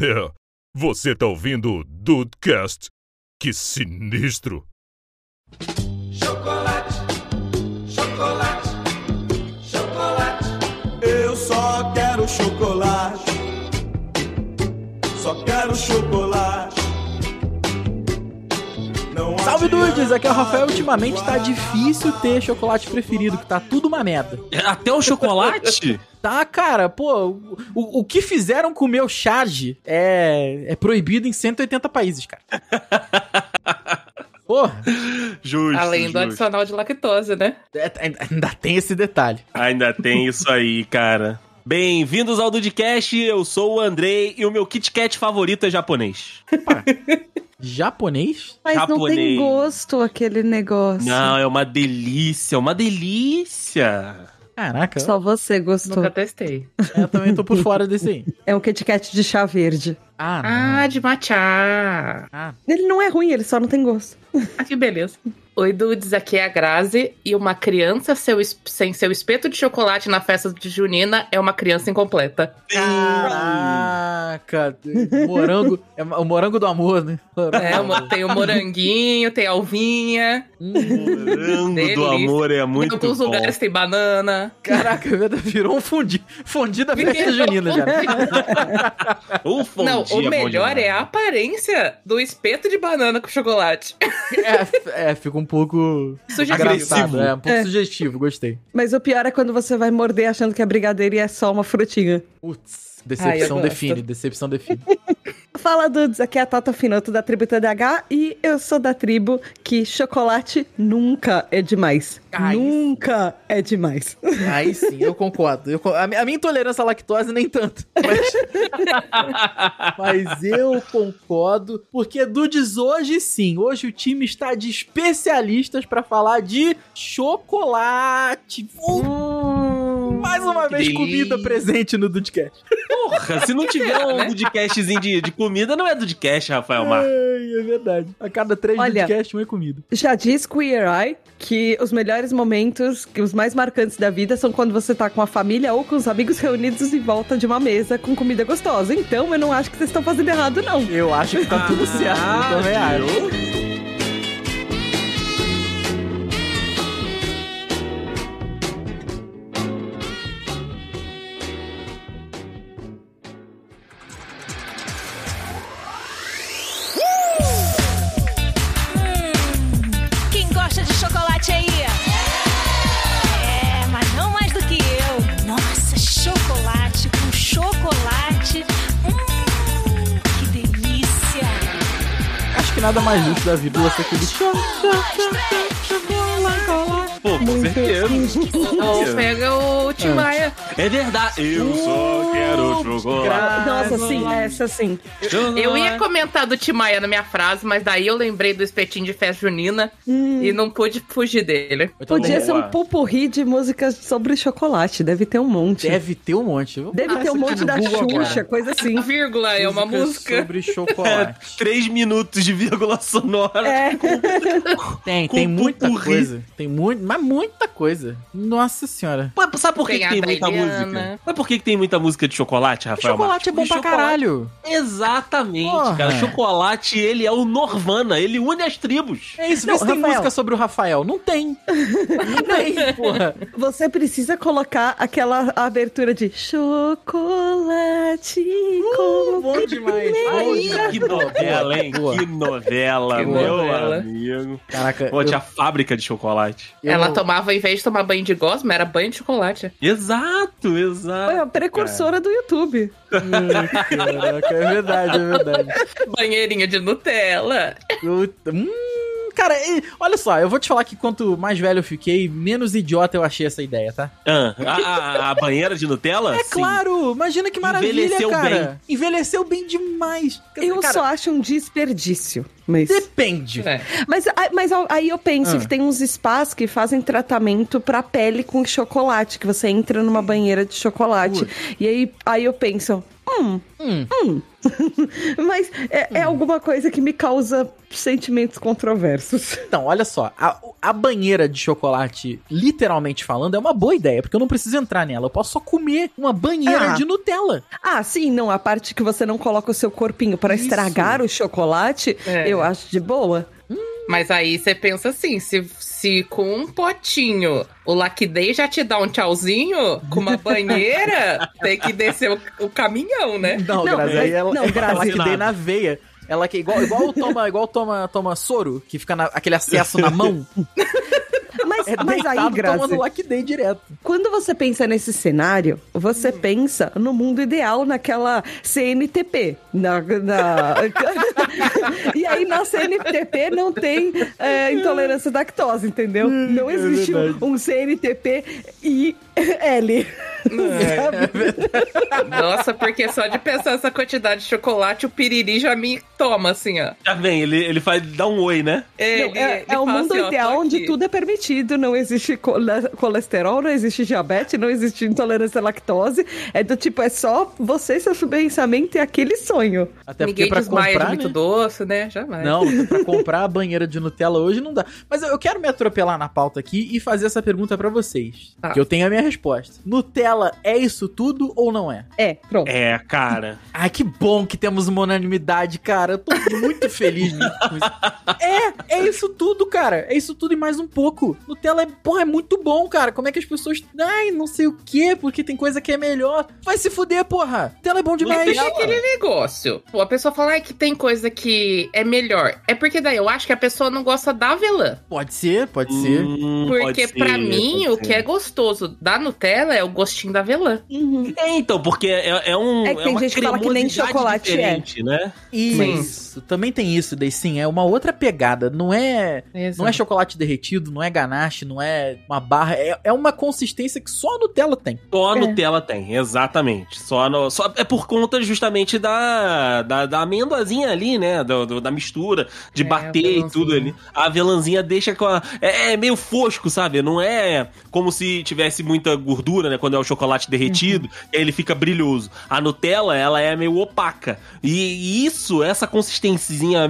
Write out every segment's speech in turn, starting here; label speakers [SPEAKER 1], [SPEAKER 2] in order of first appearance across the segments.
[SPEAKER 1] É, você tá ouvindo o Dudecast? Que sinistro!
[SPEAKER 2] Chocolate, chocolate, chocolate,
[SPEAKER 3] Eu só quero chocolate. Só quero chocolate. Não
[SPEAKER 4] Salve
[SPEAKER 3] adianta
[SPEAKER 4] dudes, aqui é o Rafael. Ultimamente tá difícil ter chocolate preferido, que tá tudo uma merda.
[SPEAKER 5] Até o chocolate?
[SPEAKER 4] Tá, cara, pô, o, o que fizeram com o meu charge é, é proibido em 180 países, cara. Porra,
[SPEAKER 5] Justo.
[SPEAKER 6] Além do
[SPEAKER 5] justo.
[SPEAKER 6] adicional de lactose, né?
[SPEAKER 4] é, ainda- ainda tem esse detalhe.
[SPEAKER 5] Ainda tem isso aí, cara. Bem-vindos ao Dudcast, eu sou o Andrei e o meu Kit Kat favorito é japonês.
[SPEAKER 4] Japonês?
[SPEAKER 7] Mas não
[SPEAKER 5] Japonês.
[SPEAKER 7] tem gosto aquele negócio.
[SPEAKER 5] Não, é uma delícia, uma delícia.
[SPEAKER 4] Caraca,
[SPEAKER 7] Só você gostou.
[SPEAKER 6] Nunca testei.
[SPEAKER 4] eu também tô por fora desse aí.
[SPEAKER 7] É um Kit Kat de chá verde.
[SPEAKER 4] Ah, não.
[SPEAKER 6] Ah, de matcha.
[SPEAKER 4] Ah,
[SPEAKER 7] Ele não é ruim, ele só não tem gosto.
[SPEAKER 6] Ah, que beleza. Oi, dudes, aqui é a Grazi. E uma criança seu es- sem seu espeto de chocolate na festa de Junina é uma criança incompleta.
[SPEAKER 4] caraca, morango, é o morango do amor, né?
[SPEAKER 6] É, mo- tem o moranguinho, tem a alvinha.
[SPEAKER 4] Hum,
[SPEAKER 5] Morango do
[SPEAKER 6] Delícia.
[SPEAKER 5] amor é
[SPEAKER 6] em
[SPEAKER 5] muito
[SPEAKER 6] alguns
[SPEAKER 5] bom.
[SPEAKER 6] lugares tem banana.
[SPEAKER 4] Caraca, virou um fundi, fundi da festa junina já.
[SPEAKER 5] Um
[SPEAKER 6] Não,
[SPEAKER 5] fondue é bom
[SPEAKER 6] o melhor
[SPEAKER 5] demais.
[SPEAKER 6] é a aparência do espeto de banana com chocolate.
[SPEAKER 4] É, é, fica um pouco
[SPEAKER 6] Sugestivo.
[SPEAKER 4] engraçado, é um pouco
[SPEAKER 7] É.
[SPEAKER 4] sugestivo, gostei.
[SPEAKER 7] Mas o pior é quando você vai morder achando que é brigadeiro e é só uma frutinha.
[SPEAKER 4] Putz, decepção
[SPEAKER 6] Ai, eu
[SPEAKER 4] define, decepção define.
[SPEAKER 7] Fala, dudes, aqui é a Tata Finoto da tribo TDH e eu sou da tribo que chocolate nunca é demais.
[SPEAKER 4] Ai,
[SPEAKER 7] nunca é demais.
[SPEAKER 4] Aí sim, eu concordo. Eu con- a, mi- a minha intolerância à lactose nem tanto. Mas, mas eu concordo, porque é Dudes hoje sim, hoje o time está de especialistas para falar de chocolate. Uh, mais uma vez comida presente no Dudecast.
[SPEAKER 5] Porra, se não tiver
[SPEAKER 6] Será,
[SPEAKER 5] um
[SPEAKER 6] né?
[SPEAKER 5] Dudcastzinho de, de comida, não é Dudcast, Rafael Mar.
[SPEAKER 4] Ai, é verdade. A cada três
[SPEAKER 7] Olha.
[SPEAKER 4] Dudecast, um é comida.
[SPEAKER 7] Já diz Queer Eye que os melhores momentos, que os mais marcantes da vida são quando você tá com a família ou com os amigos reunidos em volta de uma mesa com comida gostosa. Então eu não acho que vocês estão fazendo errado, não.
[SPEAKER 4] Eu acho que tá tudo certo. é Eu também acho.
[SPEAKER 8] Quem gosta de chocolate aí? É, mas não mais do que eu. Nossa, chocolate com chocolate. Hum, que delícia.
[SPEAKER 4] Acho que nada mais justo da vida do que aquele
[SPEAKER 5] Pô, com certeza.
[SPEAKER 6] assim. Ou Então, pega o Tim Maia.
[SPEAKER 5] É verdade. Eu só quero chocolate.
[SPEAKER 7] Nossa, sim, essa sim.
[SPEAKER 6] Eu ia comentar do Tim Maia na minha frase, mas daí eu lembrei do espetinho de festa junina e não pude fugir dele.
[SPEAKER 4] Então
[SPEAKER 7] Podia ser
[SPEAKER 5] boa.
[SPEAKER 7] um pupurri de músicas sobre chocolate, deve ter um monte. Deve,
[SPEAKER 4] Deve ter um monte. Eu vou botar
[SPEAKER 7] ter
[SPEAKER 4] isso
[SPEAKER 7] um
[SPEAKER 4] aqui
[SPEAKER 7] monte
[SPEAKER 4] no
[SPEAKER 7] da
[SPEAKER 4] Google agora.
[SPEAKER 7] Xuxa, coisa assim.
[SPEAKER 6] A vírgula é uma
[SPEAKER 4] Músicas
[SPEAKER 6] música.
[SPEAKER 4] sobre chocolate.
[SPEAKER 5] Três minutos de vírgula sonora.
[SPEAKER 7] É.
[SPEAKER 4] Tem, tem
[SPEAKER 5] Com
[SPEAKER 4] muita
[SPEAKER 5] pupurri.
[SPEAKER 4] coisa. Tem muito, mas muita coisa. Nossa senhora.
[SPEAKER 5] Pô, sabe por que,
[SPEAKER 6] Tem
[SPEAKER 5] que tem
[SPEAKER 6] a
[SPEAKER 5] muita
[SPEAKER 6] italiana.
[SPEAKER 5] música? Sabe por que, que tem muita música de chocolate, Rafael?
[SPEAKER 7] Tá,
[SPEAKER 4] chocolate é bom
[SPEAKER 7] tipo,
[SPEAKER 5] Marques?
[SPEAKER 4] pra
[SPEAKER 5] Porque chocolate-
[SPEAKER 4] caralho.
[SPEAKER 5] Exatamente,
[SPEAKER 4] Porra.
[SPEAKER 5] cara. Chocolate, ele é o Norvana, ele une as tribos.
[SPEAKER 4] É isso,
[SPEAKER 7] Não,
[SPEAKER 4] vê se tem
[SPEAKER 7] Rafael.
[SPEAKER 4] música sobre o Rafael. Não tem. Não tem, porra.
[SPEAKER 7] Você precisa colocar aquela abertura de chocolate com
[SPEAKER 4] Bom demais.
[SPEAKER 5] Ai, que novela, hein?
[SPEAKER 4] É boa.
[SPEAKER 5] Que novela,
[SPEAKER 6] Que
[SPEAKER 5] meu
[SPEAKER 6] novela.
[SPEAKER 5] amigo.
[SPEAKER 4] Caraca.
[SPEAKER 5] Pô,
[SPEAKER 4] eu-
[SPEAKER 5] tinha a fábrica de chocolate.
[SPEAKER 4] eu-
[SPEAKER 6] Ela tomava, ao invés de tomar banho de gosma, era banho de chocolate.
[SPEAKER 5] Exato,
[SPEAKER 7] Foi
[SPEAKER 4] Uh!
[SPEAKER 5] exato.
[SPEAKER 6] um
[SPEAKER 7] a precursora do YouTube.
[SPEAKER 4] Caraca, é verdade, é verdade.
[SPEAKER 6] Banheirinho de Nutella.
[SPEAKER 4] Puta, hum, cara, e- olha só, eu vou te falar que quanto mais velho eu fiquei, menos idiota eu achei essa ideia, tá?
[SPEAKER 5] Ah, a, a- a banheira de Nutella?
[SPEAKER 4] É claro, imagina que maravilha,
[SPEAKER 5] Envelheceu
[SPEAKER 4] cara. Envelheceu bem demais.
[SPEAKER 7] Eu
[SPEAKER 4] cara,
[SPEAKER 7] só acho um desperdício. Mas,
[SPEAKER 4] depende.
[SPEAKER 6] É.
[SPEAKER 7] mas, a- mas a- aí eu penso
[SPEAKER 4] Ah.
[SPEAKER 7] que tem uns spas que fazem tratamento pra pele com chocolate, que você entra numa banheira de chocolate. E aí, aí eu penso, hum,
[SPEAKER 4] Hum.
[SPEAKER 7] hum. Mas é, é alguma coisa que me causa sentimentos controversos.
[SPEAKER 4] Então, olha só, a, a banheira de chocolate, literalmente falando, é uma boa ideia, porque eu não preciso entrar nela. Eu posso só comer uma banheira
[SPEAKER 7] Ah.
[SPEAKER 4] de Nutella.
[SPEAKER 7] Ah, sim, não, a parte que você não coloca o seu corpinho pra
[SPEAKER 4] Isso.
[SPEAKER 7] estragar o chocolate,
[SPEAKER 6] É.
[SPEAKER 7] eu acho de boa.
[SPEAKER 6] Mas aí você pensa assim, se, se com um potinho o Laquidei já te dá um tchauzinho, com uma banheira, tem que descer o, o caminhão, né?
[SPEAKER 4] Não,
[SPEAKER 7] Não,
[SPEAKER 4] Grazi, aí
[SPEAKER 7] mas-
[SPEAKER 4] ela,
[SPEAKER 7] não,
[SPEAKER 4] ela
[SPEAKER 7] Grazi.
[SPEAKER 4] que dei na veia. Ela que é igual igual toma igual toma toma soro que fica na- aquele acesso na mão.
[SPEAKER 7] Mas,
[SPEAKER 4] É
[SPEAKER 7] mas aí,
[SPEAKER 4] deitado tomando
[SPEAKER 7] Grazi,
[SPEAKER 4] Lactidei direto.
[SPEAKER 7] quando você pensa nesse cenário, você
[SPEAKER 6] Hum.
[SPEAKER 7] pensa no mundo ideal, naquela CNTP. Na, na- e aí, na CNTP não tem é, intolerância à lactose, entendeu?
[SPEAKER 6] Hum,
[SPEAKER 7] Não
[SPEAKER 6] é
[SPEAKER 7] existe um- um CNTP e L.
[SPEAKER 6] É, Nossa, porque só de pensar essa quantidade de chocolate, o piriri já me toma, assim, ó.
[SPEAKER 5] Já vem, ele, ele faz, dá um oi, né?
[SPEAKER 6] Ele,
[SPEAKER 7] Não, é
[SPEAKER 6] ele
[SPEAKER 7] é o
[SPEAKER 6] fala
[SPEAKER 7] mundo
[SPEAKER 6] assim, ó, tô
[SPEAKER 7] ideal onde
[SPEAKER 6] aqui.
[SPEAKER 7] tudo é permitido. Não existe cole- colesterol, não existe diabetes, não existe intolerância à lactose. É do tipo, é só você, seu pensamento e aquele sonho.
[SPEAKER 4] Até
[SPEAKER 6] Ninguém
[SPEAKER 4] porque pra
[SPEAKER 6] desmaia
[SPEAKER 4] comprar,
[SPEAKER 6] de muito
[SPEAKER 4] né?
[SPEAKER 6] doce, né? Jamais.
[SPEAKER 4] Não, pra comprar a banheira de Nutella hoje não dá. Mas eu eu quero me atropelar na pauta aqui e fazer essa pergunta pra vocês,
[SPEAKER 6] Tá.
[SPEAKER 4] que eu tenho a minha resposta. Nutella é isso tudo ou não é?
[SPEAKER 7] É, pronto.
[SPEAKER 5] É, cara.
[SPEAKER 4] Ai, que bom que temos uma unanimidade, cara. Eu tô muito feliz nisso. com isso. É, é isso tudo, cara. É isso tudo e mais um pouco. Nutella é, porra, é muito bom, cara. Como é que as pessoas. Ai, não sei o quê, porque tem coisa que é melhor. Vai se fuder, porra. Nutella é bom demais.
[SPEAKER 6] Mas é aquele negócio. Pô, a pessoa fala "Ai, que tem coisa que é melhor. É porque daí eu acho que a pessoa não gosta da avelã.
[SPEAKER 4] Pode ser, pode ser.
[SPEAKER 5] Hum, pode
[SPEAKER 6] Porque
[SPEAKER 5] ser,
[SPEAKER 6] pra mim,
[SPEAKER 5] pode
[SPEAKER 6] o
[SPEAKER 5] ser.
[SPEAKER 6] que é gostoso da Nutella é o gostinho da avelã.
[SPEAKER 7] Uhum.
[SPEAKER 5] É, então, porque é, é um.
[SPEAKER 7] É que tem
[SPEAKER 5] uma
[SPEAKER 7] gente que fala que nem
[SPEAKER 5] cremosidade
[SPEAKER 7] chocolate é.
[SPEAKER 5] diferente, né?
[SPEAKER 4] Isso. Também tem isso, Day, sim. É uma outra pegada. Não é. Não é
[SPEAKER 6] Exato.
[SPEAKER 4] chocolate derretido, não é ganache, não é uma barra. É, é uma consistência que só a Nutella tem.
[SPEAKER 5] Só a
[SPEAKER 7] É.
[SPEAKER 5] Nutella tem, exatamente. Só, no- só é por conta justamente da, da, da amendoazinha ali, né? Do, do- da mistura, de
[SPEAKER 6] É,
[SPEAKER 5] bater e
[SPEAKER 6] avelãzinha.
[SPEAKER 5] tudo ali. A avelãzinha deixa com a. É, é meio fosco, sabe? Não é como se tivesse muita gordura, né? Quando é o chocolate derretido, e aí ele fica brilhoso. A Nutella, ela é meio opaca. E, e isso, essa consistência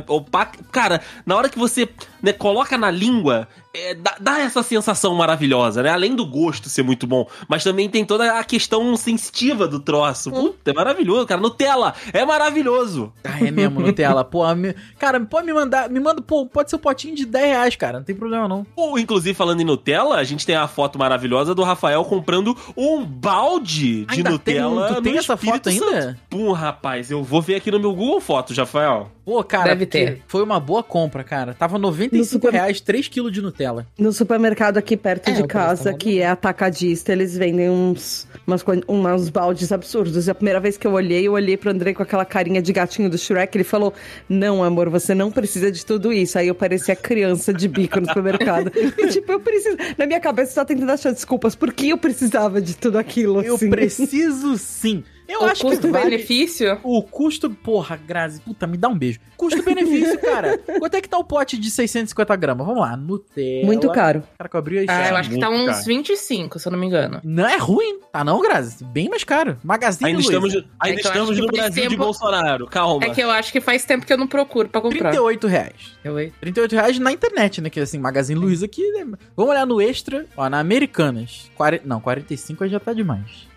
[SPEAKER 5] opaca. Cara, na hora que você né, coloca na língua, é, dá, dá essa sensação maravilhosa, né? Além do gosto ser muito bom, mas também tem toda a questão sensitiva do troço. Puta, é maravilhoso, cara. Nutella é maravilhoso.
[SPEAKER 4] Ah, é mesmo, Nutella. Pô, me- cara, pode me mandar. Me manda, pô, pode ser um potinho de 10 reais, cara. Não tem problema, não.
[SPEAKER 5] Ou, inclusive, falando em Nutella, a gente tem a foto maravilhosa do Rafael comprando um balde de
[SPEAKER 4] Ainda
[SPEAKER 5] Nutella.
[SPEAKER 4] tem- tu tem
[SPEAKER 5] no
[SPEAKER 4] essa
[SPEAKER 5] Espírito
[SPEAKER 4] foto ainda?
[SPEAKER 5] Santo. Pum, rapaz, eu vou ver aqui no meu Google Fotos, Rafael.
[SPEAKER 4] Pô, cara,
[SPEAKER 6] Deve
[SPEAKER 4] porque
[SPEAKER 6] ter.
[SPEAKER 4] foi uma boa compra, cara. Tava R$ 95
[SPEAKER 7] super-
[SPEAKER 4] reais, 3 quilos de Nutella.
[SPEAKER 7] No supermercado aqui perto
[SPEAKER 6] É, o
[SPEAKER 7] de
[SPEAKER 6] preço tá
[SPEAKER 7] casa,
[SPEAKER 6] bom.
[SPEAKER 7] que é atacadista, eles vendem uns, umas, coi- uns baldes absurdos. E a primeira vez que eu olhei, eu olhei pro Andrei com aquela carinha de gatinho do Shrek. Ele falou: Não, amor, você não precisa de tudo isso. Aí eu parecia criança de bico no supermercado. e tipo, eu preciso. Na minha cabeça eu só tentando achar desculpas. Por que eu precisava de tudo aquilo?
[SPEAKER 4] Eu
[SPEAKER 7] assim?
[SPEAKER 4] preciso sim. Eu
[SPEAKER 6] O
[SPEAKER 4] acho que vale.
[SPEAKER 6] custo-benefício?
[SPEAKER 4] O custo, porra, Grazi, puta, me dá um beijo. Custo-benefício, cara. Quanto é que tá o pote de 650 gramas? Vamos lá, Nutella.
[SPEAKER 7] Muito caro.
[SPEAKER 4] Cara, que eu abri a
[SPEAKER 6] Ah, eu
[SPEAKER 5] é
[SPEAKER 6] acho que tá
[SPEAKER 5] muito
[SPEAKER 6] uns
[SPEAKER 5] caro.
[SPEAKER 6] 25, se eu não me engano.
[SPEAKER 4] Não é ruim, tá não, Grazi? Bem mais caro. Magazine
[SPEAKER 5] Ainda
[SPEAKER 4] Luiza.
[SPEAKER 5] estamos, ainda
[SPEAKER 6] É que eu
[SPEAKER 5] estamos
[SPEAKER 6] acho que
[SPEAKER 5] no
[SPEAKER 6] por
[SPEAKER 5] Brasil de
[SPEAKER 6] tempo-
[SPEAKER 5] Bolsonaro, calma.
[SPEAKER 6] É que eu acho que faz tempo que eu não procuro pra comprar.
[SPEAKER 4] 38 reais.
[SPEAKER 6] Eu, hein?
[SPEAKER 4] 38 reais na internet, né? Que assim, Magazine Luiza aqui. né? Vamos olhar no extra, ó, na Americanas. Quare- Não, 45 aí já tá demais.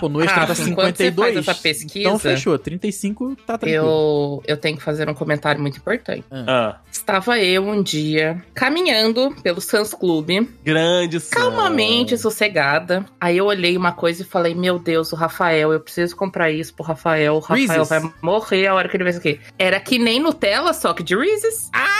[SPEAKER 4] Pô, no extra
[SPEAKER 6] Ah,
[SPEAKER 4] tá
[SPEAKER 6] enquanto você
[SPEAKER 4] 52.
[SPEAKER 6] faz essa pesquisa-
[SPEAKER 4] Então fechou, 35 tá tranquilo.
[SPEAKER 6] eu, eu tenho que fazer um comentário muito importante.
[SPEAKER 5] Ah,
[SPEAKER 6] Estava eu um dia caminhando pelo Sans Clube,
[SPEAKER 5] grande
[SPEAKER 6] calmamente, sossegada. Aí eu olhei uma coisa e falei: Meu Deus, o Rafael, eu preciso comprar isso pro Rafael. O Rafael
[SPEAKER 4] Reese's.
[SPEAKER 6] vai morrer a hora que ele ver isso aqui. Era que nem Nutella, só que de Reese's. Ai,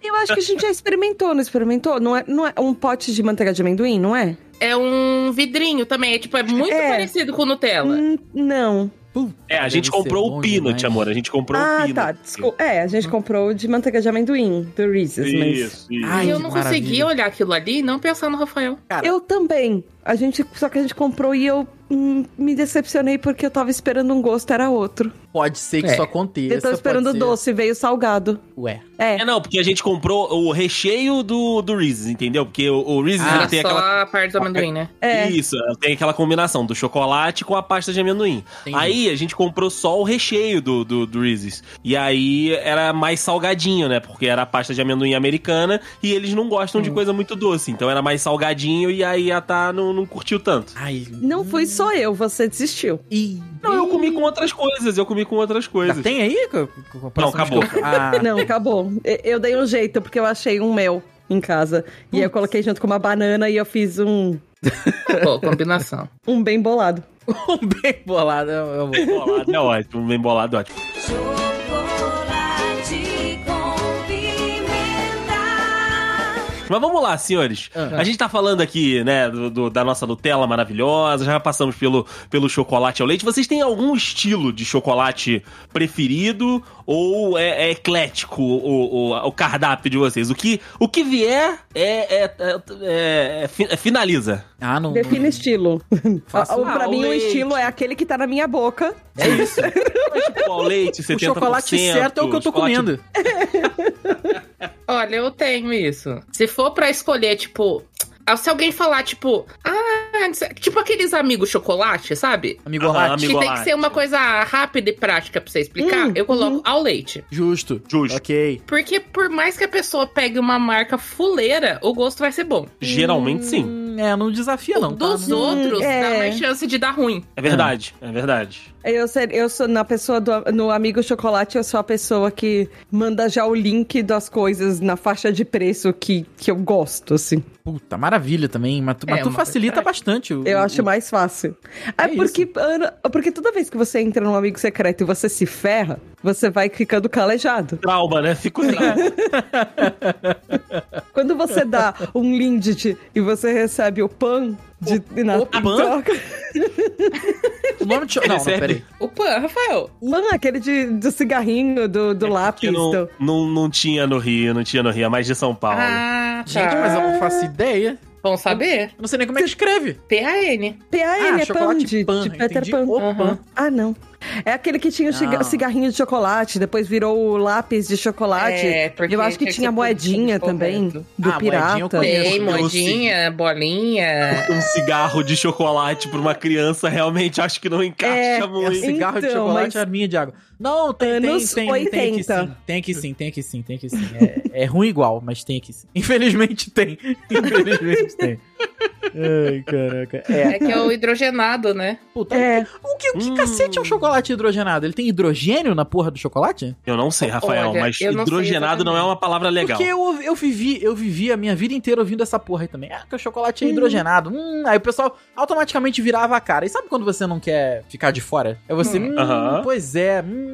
[SPEAKER 7] Eu acho que a gente já experimentou, não experimentou? Não é, não é um pote de manteiga de amendoim, não é?
[SPEAKER 6] é um vidrinho também. É, tipo, é muito
[SPEAKER 7] É.
[SPEAKER 6] parecido com Nutella.
[SPEAKER 7] Hum, não.
[SPEAKER 4] Puta,
[SPEAKER 5] É, a gente
[SPEAKER 4] deve ser
[SPEAKER 5] comprou
[SPEAKER 4] bom
[SPEAKER 5] o Peanut,
[SPEAKER 4] demais.
[SPEAKER 5] amor. A gente comprou o
[SPEAKER 7] ah,
[SPEAKER 5] Peanut.
[SPEAKER 7] tá. Desculpa. É, a gente comprou de manteiga de amendoim, do Reese's, mas...
[SPEAKER 5] Isso, isso.
[SPEAKER 4] Ai,
[SPEAKER 6] e eu
[SPEAKER 4] que
[SPEAKER 6] não
[SPEAKER 4] maravilha.
[SPEAKER 6] conseguia olhar aquilo ali e não pensar no Rafael.
[SPEAKER 4] Cara,
[SPEAKER 7] Eu também. A gente, só que a gente comprou e eu hum, me decepcionei porque eu tava esperando um gosto, era outro.
[SPEAKER 4] Pode ser que
[SPEAKER 6] É.
[SPEAKER 4] isso aconteça.
[SPEAKER 7] eu tava esperando o
[SPEAKER 4] pode ser-
[SPEAKER 7] doce, veio salgado.
[SPEAKER 4] Ué.
[SPEAKER 7] É,
[SPEAKER 5] É, não, porque a gente comprou o recheio do, do Reese's, entendeu? Porque o, o Reese's
[SPEAKER 6] Ah,
[SPEAKER 5] ele tem
[SPEAKER 6] só
[SPEAKER 5] aquela.
[SPEAKER 6] a parte do amendoim, né?
[SPEAKER 7] é.
[SPEAKER 5] Isso, ela tem aquela combinação do chocolate com a pasta de amendoim.
[SPEAKER 4] Entendi.
[SPEAKER 5] Aí a gente comprou só o recheio do, do, do Reese's. E aí era mais salgadinho, né? Porque era a pasta de amendoim americana e eles não gostam
[SPEAKER 4] Hum.
[SPEAKER 5] de coisa muito doce. Então era mais salgadinho e aí a Tá não, não curtiu tanto.
[SPEAKER 4] Ai. hum.
[SPEAKER 7] Não fui só eu, você desistiu.
[SPEAKER 4] E...
[SPEAKER 5] Não, eu comi com outras coisas, eu comi com outras coisas.
[SPEAKER 4] tá, Tem aí? Co- co- co-
[SPEAKER 5] Não, acabou.
[SPEAKER 4] Ah,
[SPEAKER 7] Não, acabou. E- Eu dei um jeito, porque eu achei um meu em casa. E aí eu coloquei junto com uma banana e eu fiz um,
[SPEAKER 6] Pô, combinação.
[SPEAKER 7] um bem bolado.
[SPEAKER 4] um bem bolado. eu- eu vou-
[SPEAKER 5] Bolado é ótimo, bem bolado é ótimo.
[SPEAKER 8] Chocolate com pimenta.
[SPEAKER 5] Mas vamos lá, senhores.
[SPEAKER 4] Ah.
[SPEAKER 5] A gente tá falando aqui, né, do- do- da nossa Nutella maravilhosa, já passamos pelo, pelo chocolate ao leite. Vocês têm algum estilo de chocolate preferido ou é, é eclético o, o, o cardápio de vocês? O que, o que vier é, é- é- é- é fi- é finaliza.
[SPEAKER 4] Ah, não.
[SPEAKER 7] Define estilo.
[SPEAKER 4] Faço-
[SPEAKER 7] Ah, o-
[SPEAKER 4] Ah,
[SPEAKER 7] pra
[SPEAKER 4] o
[SPEAKER 7] mim, o
[SPEAKER 4] leite.
[SPEAKER 7] estilo é aquele que tá na minha boca.
[SPEAKER 4] É isso.
[SPEAKER 5] Tipo, ao leite, 70%.
[SPEAKER 4] O chocolate certo é o que eu tô
[SPEAKER 5] chocolate-
[SPEAKER 4] comendo.
[SPEAKER 6] Olha, eu tenho isso. Se for pra escolher, tipo. ah, Se alguém falar, tipo. Ah, não sei- tipo aqueles amigos chocolate, sabe?
[SPEAKER 4] Amigo
[SPEAKER 5] Aham,
[SPEAKER 4] Orlati.
[SPEAKER 5] amigo
[SPEAKER 6] que tem
[SPEAKER 5] Olate.
[SPEAKER 6] que ser uma coisa rápida e prática pra você explicar,
[SPEAKER 7] Hum,
[SPEAKER 6] eu coloco ao leite.
[SPEAKER 4] Justo.
[SPEAKER 5] Justo.
[SPEAKER 4] Ok.
[SPEAKER 6] Porque por mais que a pessoa pegue uma marca fuleira, o gosto vai ser bom.
[SPEAKER 5] Geralmente sim.
[SPEAKER 4] Hum, é, não desafia, não. tá?
[SPEAKER 6] Dos
[SPEAKER 4] Não-
[SPEAKER 6] outros, dá
[SPEAKER 7] é.
[SPEAKER 6] mais chance de dar ruim.
[SPEAKER 5] É verdade, é verdade.
[SPEAKER 7] Eu, ser- eu sou na pessoa do no amigo chocolate, eu sou a pessoa que manda já o link das coisas na faixa de preço que, que eu gosto, assim.
[SPEAKER 4] Puta, maravilha também. Mas tu, mas
[SPEAKER 6] É,
[SPEAKER 4] tu
[SPEAKER 6] uma-
[SPEAKER 4] facilita bastante. O,
[SPEAKER 7] Eu
[SPEAKER 4] o-
[SPEAKER 7] acho mais fácil. É,
[SPEAKER 4] É
[SPEAKER 7] porque, Ana, porque toda vez que você entra num amigo secreto e você se ferra, você vai ficando calejado.
[SPEAKER 5] Trauma, né? Fico
[SPEAKER 4] É,
[SPEAKER 5] trauma.
[SPEAKER 7] Quando você dá um lindt e você recebe o pan de na
[SPEAKER 4] o pan?
[SPEAKER 7] troca.
[SPEAKER 4] O nome de... cho- Não, não,
[SPEAKER 5] Recebe.
[SPEAKER 4] peraí.
[SPEAKER 6] Opa, Rafael.
[SPEAKER 7] Pan, aquele de, do cigarrinho, do, do lápis.
[SPEAKER 5] Que não,
[SPEAKER 7] do-
[SPEAKER 5] não, não tinha no Rio, não tinha no Rio, é mais de São Paulo.
[SPEAKER 6] Ah, tá.
[SPEAKER 4] Gente, mas eu não faço ideia.
[SPEAKER 6] Vão saber?
[SPEAKER 4] Eu não sei nem como é que escreve.
[SPEAKER 6] PAN.
[SPEAKER 7] PAN
[SPEAKER 4] ah,
[SPEAKER 7] é pan de,
[SPEAKER 4] chocolate pan.
[SPEAKER 7] de Peter
[SPEAKER 4] entendi.
[SPEAKER 7] Pan.
[SPEAKER 4] O pan. Ah.
[SPEAKER 7] Ah, não. É aquele que tinha o ciga-
[SPEAKER 4] Não.
[SPEAKER 7] cigarrinho de chocolate, depois virou o lápis de chocolate.
[SPEAKER 6] É, porque
[SPEAKER 7] eu acho que
[SPEAKER 6] tinha que
[SPEAKER 7] tinha
[SPEAKER 6] ser
[SPEAKER 7] moedinha
[SPEAKER 6] tudo
[SPEAKER 7] também,
[SPEAKER 6] correto.
[SPEAKER 7] do
[SPEAKER 4] Ah, moedinha eu
[SPEAKER 7] pirata.
[SPEAKER 4] conheço.
[SPEAKER 6] Tem,
[SPEAKER 5] eu
[SPEAKER 6] modinha, bolinha.
[SPEAKER 4] É.
[SPEAKER 5] um cigarro de chocolate pra uma criança realmente acho que não encaixa
[SPEAKER 7] É,
[SPEAKER 5] muito.
[SPEAKER 7] assim.
[SPEAKER 4] Cigarro de
[SPEAKER 7] Então,
[SPEAKER 4] chocolate
[SPEAKER 7] mas-
[SPEAKER 4] é arminha de água. Não, tem, tem,
[SPEAKER 7] Anos
[SPEAKER 4] tem, tem que
[SPEAKER 7] 80.
[SPEAKER 4] sim. Tem que sim, tem que sim, tem que sim. É, é ruim igual, mas tem que sim. Infelizmente tem. Infelizmente tem. Ai, caraca. É.
[SPEAKER 6] É que é o hidrogenado, né?
[SPEAKER 4] Puta,
[SPEAKER 7] É,
[SPEAKER 4] o que, o que
[SPEAKER 5] Hum.
[SPEAKER 4] cacete é o chocolate hidrogenado? Ele tem hidrogênio na porra do chocolate?
[SPEAKER 5] Eu não sei, Rafael,
[SPEAKER 6] Olha,
[SPEAKER 5] mas
[SPEAKER 6] eu não sei
[SPEAKER 5] hidrogenado não é uma palavra legal.
[SPEAKER 4] Porque eu, eu vivi, eu vivi a minha vida inteira ouvindo essa porra aí também. Ah, que o chocolate é hidrogenado. Hum, aí o pessoal automaticamente virava a cara. E sabe quando você não quer ficar de fora? É você, hum,
[SPEAKER 5] Aham.
[SPEAKER 4] pois é, hum.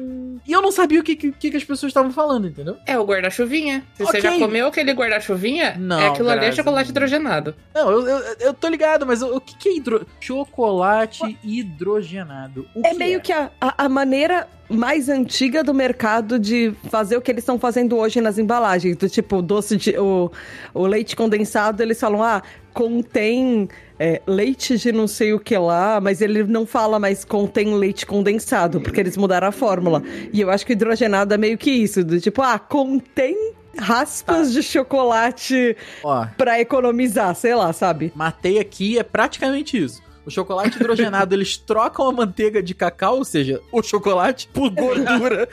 [SPEAKER 4] E eu não sabia o que, que, que as pessoas estavam falando, entendeu?
[SPEAKER 6] É o guarda-chuvinha. Se
[SPEAKER 4] Ok.
[SPEAKER 6] você já comeu aquele guarda-chuvinha,
[SPEAKER 4] Não,
[SPEAKER 6] é aquilo ali é
[SPEAKER 4] graças
[SPEAKER 6] chocolate
[SPEAKER 4] a Deus.
[SPEAKER 6] hidrogenado.
[SPEAKER 4] Não, eu, eu, eu tô ligado, mas o, o que, que é hidro... chocolate hidrogenado? O
[SPEAKER 7] é meio que a, a, a maneira mais antiga do mercado de fazer o que eles estão fazendo hoje nas embalagens. Do tipo, o doce de. O, o leite condensado, eles falam, ah, contém. é, leite de não sei o que lá, mas ele não fala mais contém leite condensado, porque eles mudaram a fórmula. E eu acho que o hidrogenado é meio que isso, do tipo, ah, contém raspas de chocolate
[SPEAKER 4] Ó,
[SPEAKER 7] pra economizar, sei lá, sabe?
[SPEAKER 4] matei aqui é praticamente isso. O chocolate hidrogenado, eles trocam a manteiga de cacau, ou seja, o chocolate, por gordura.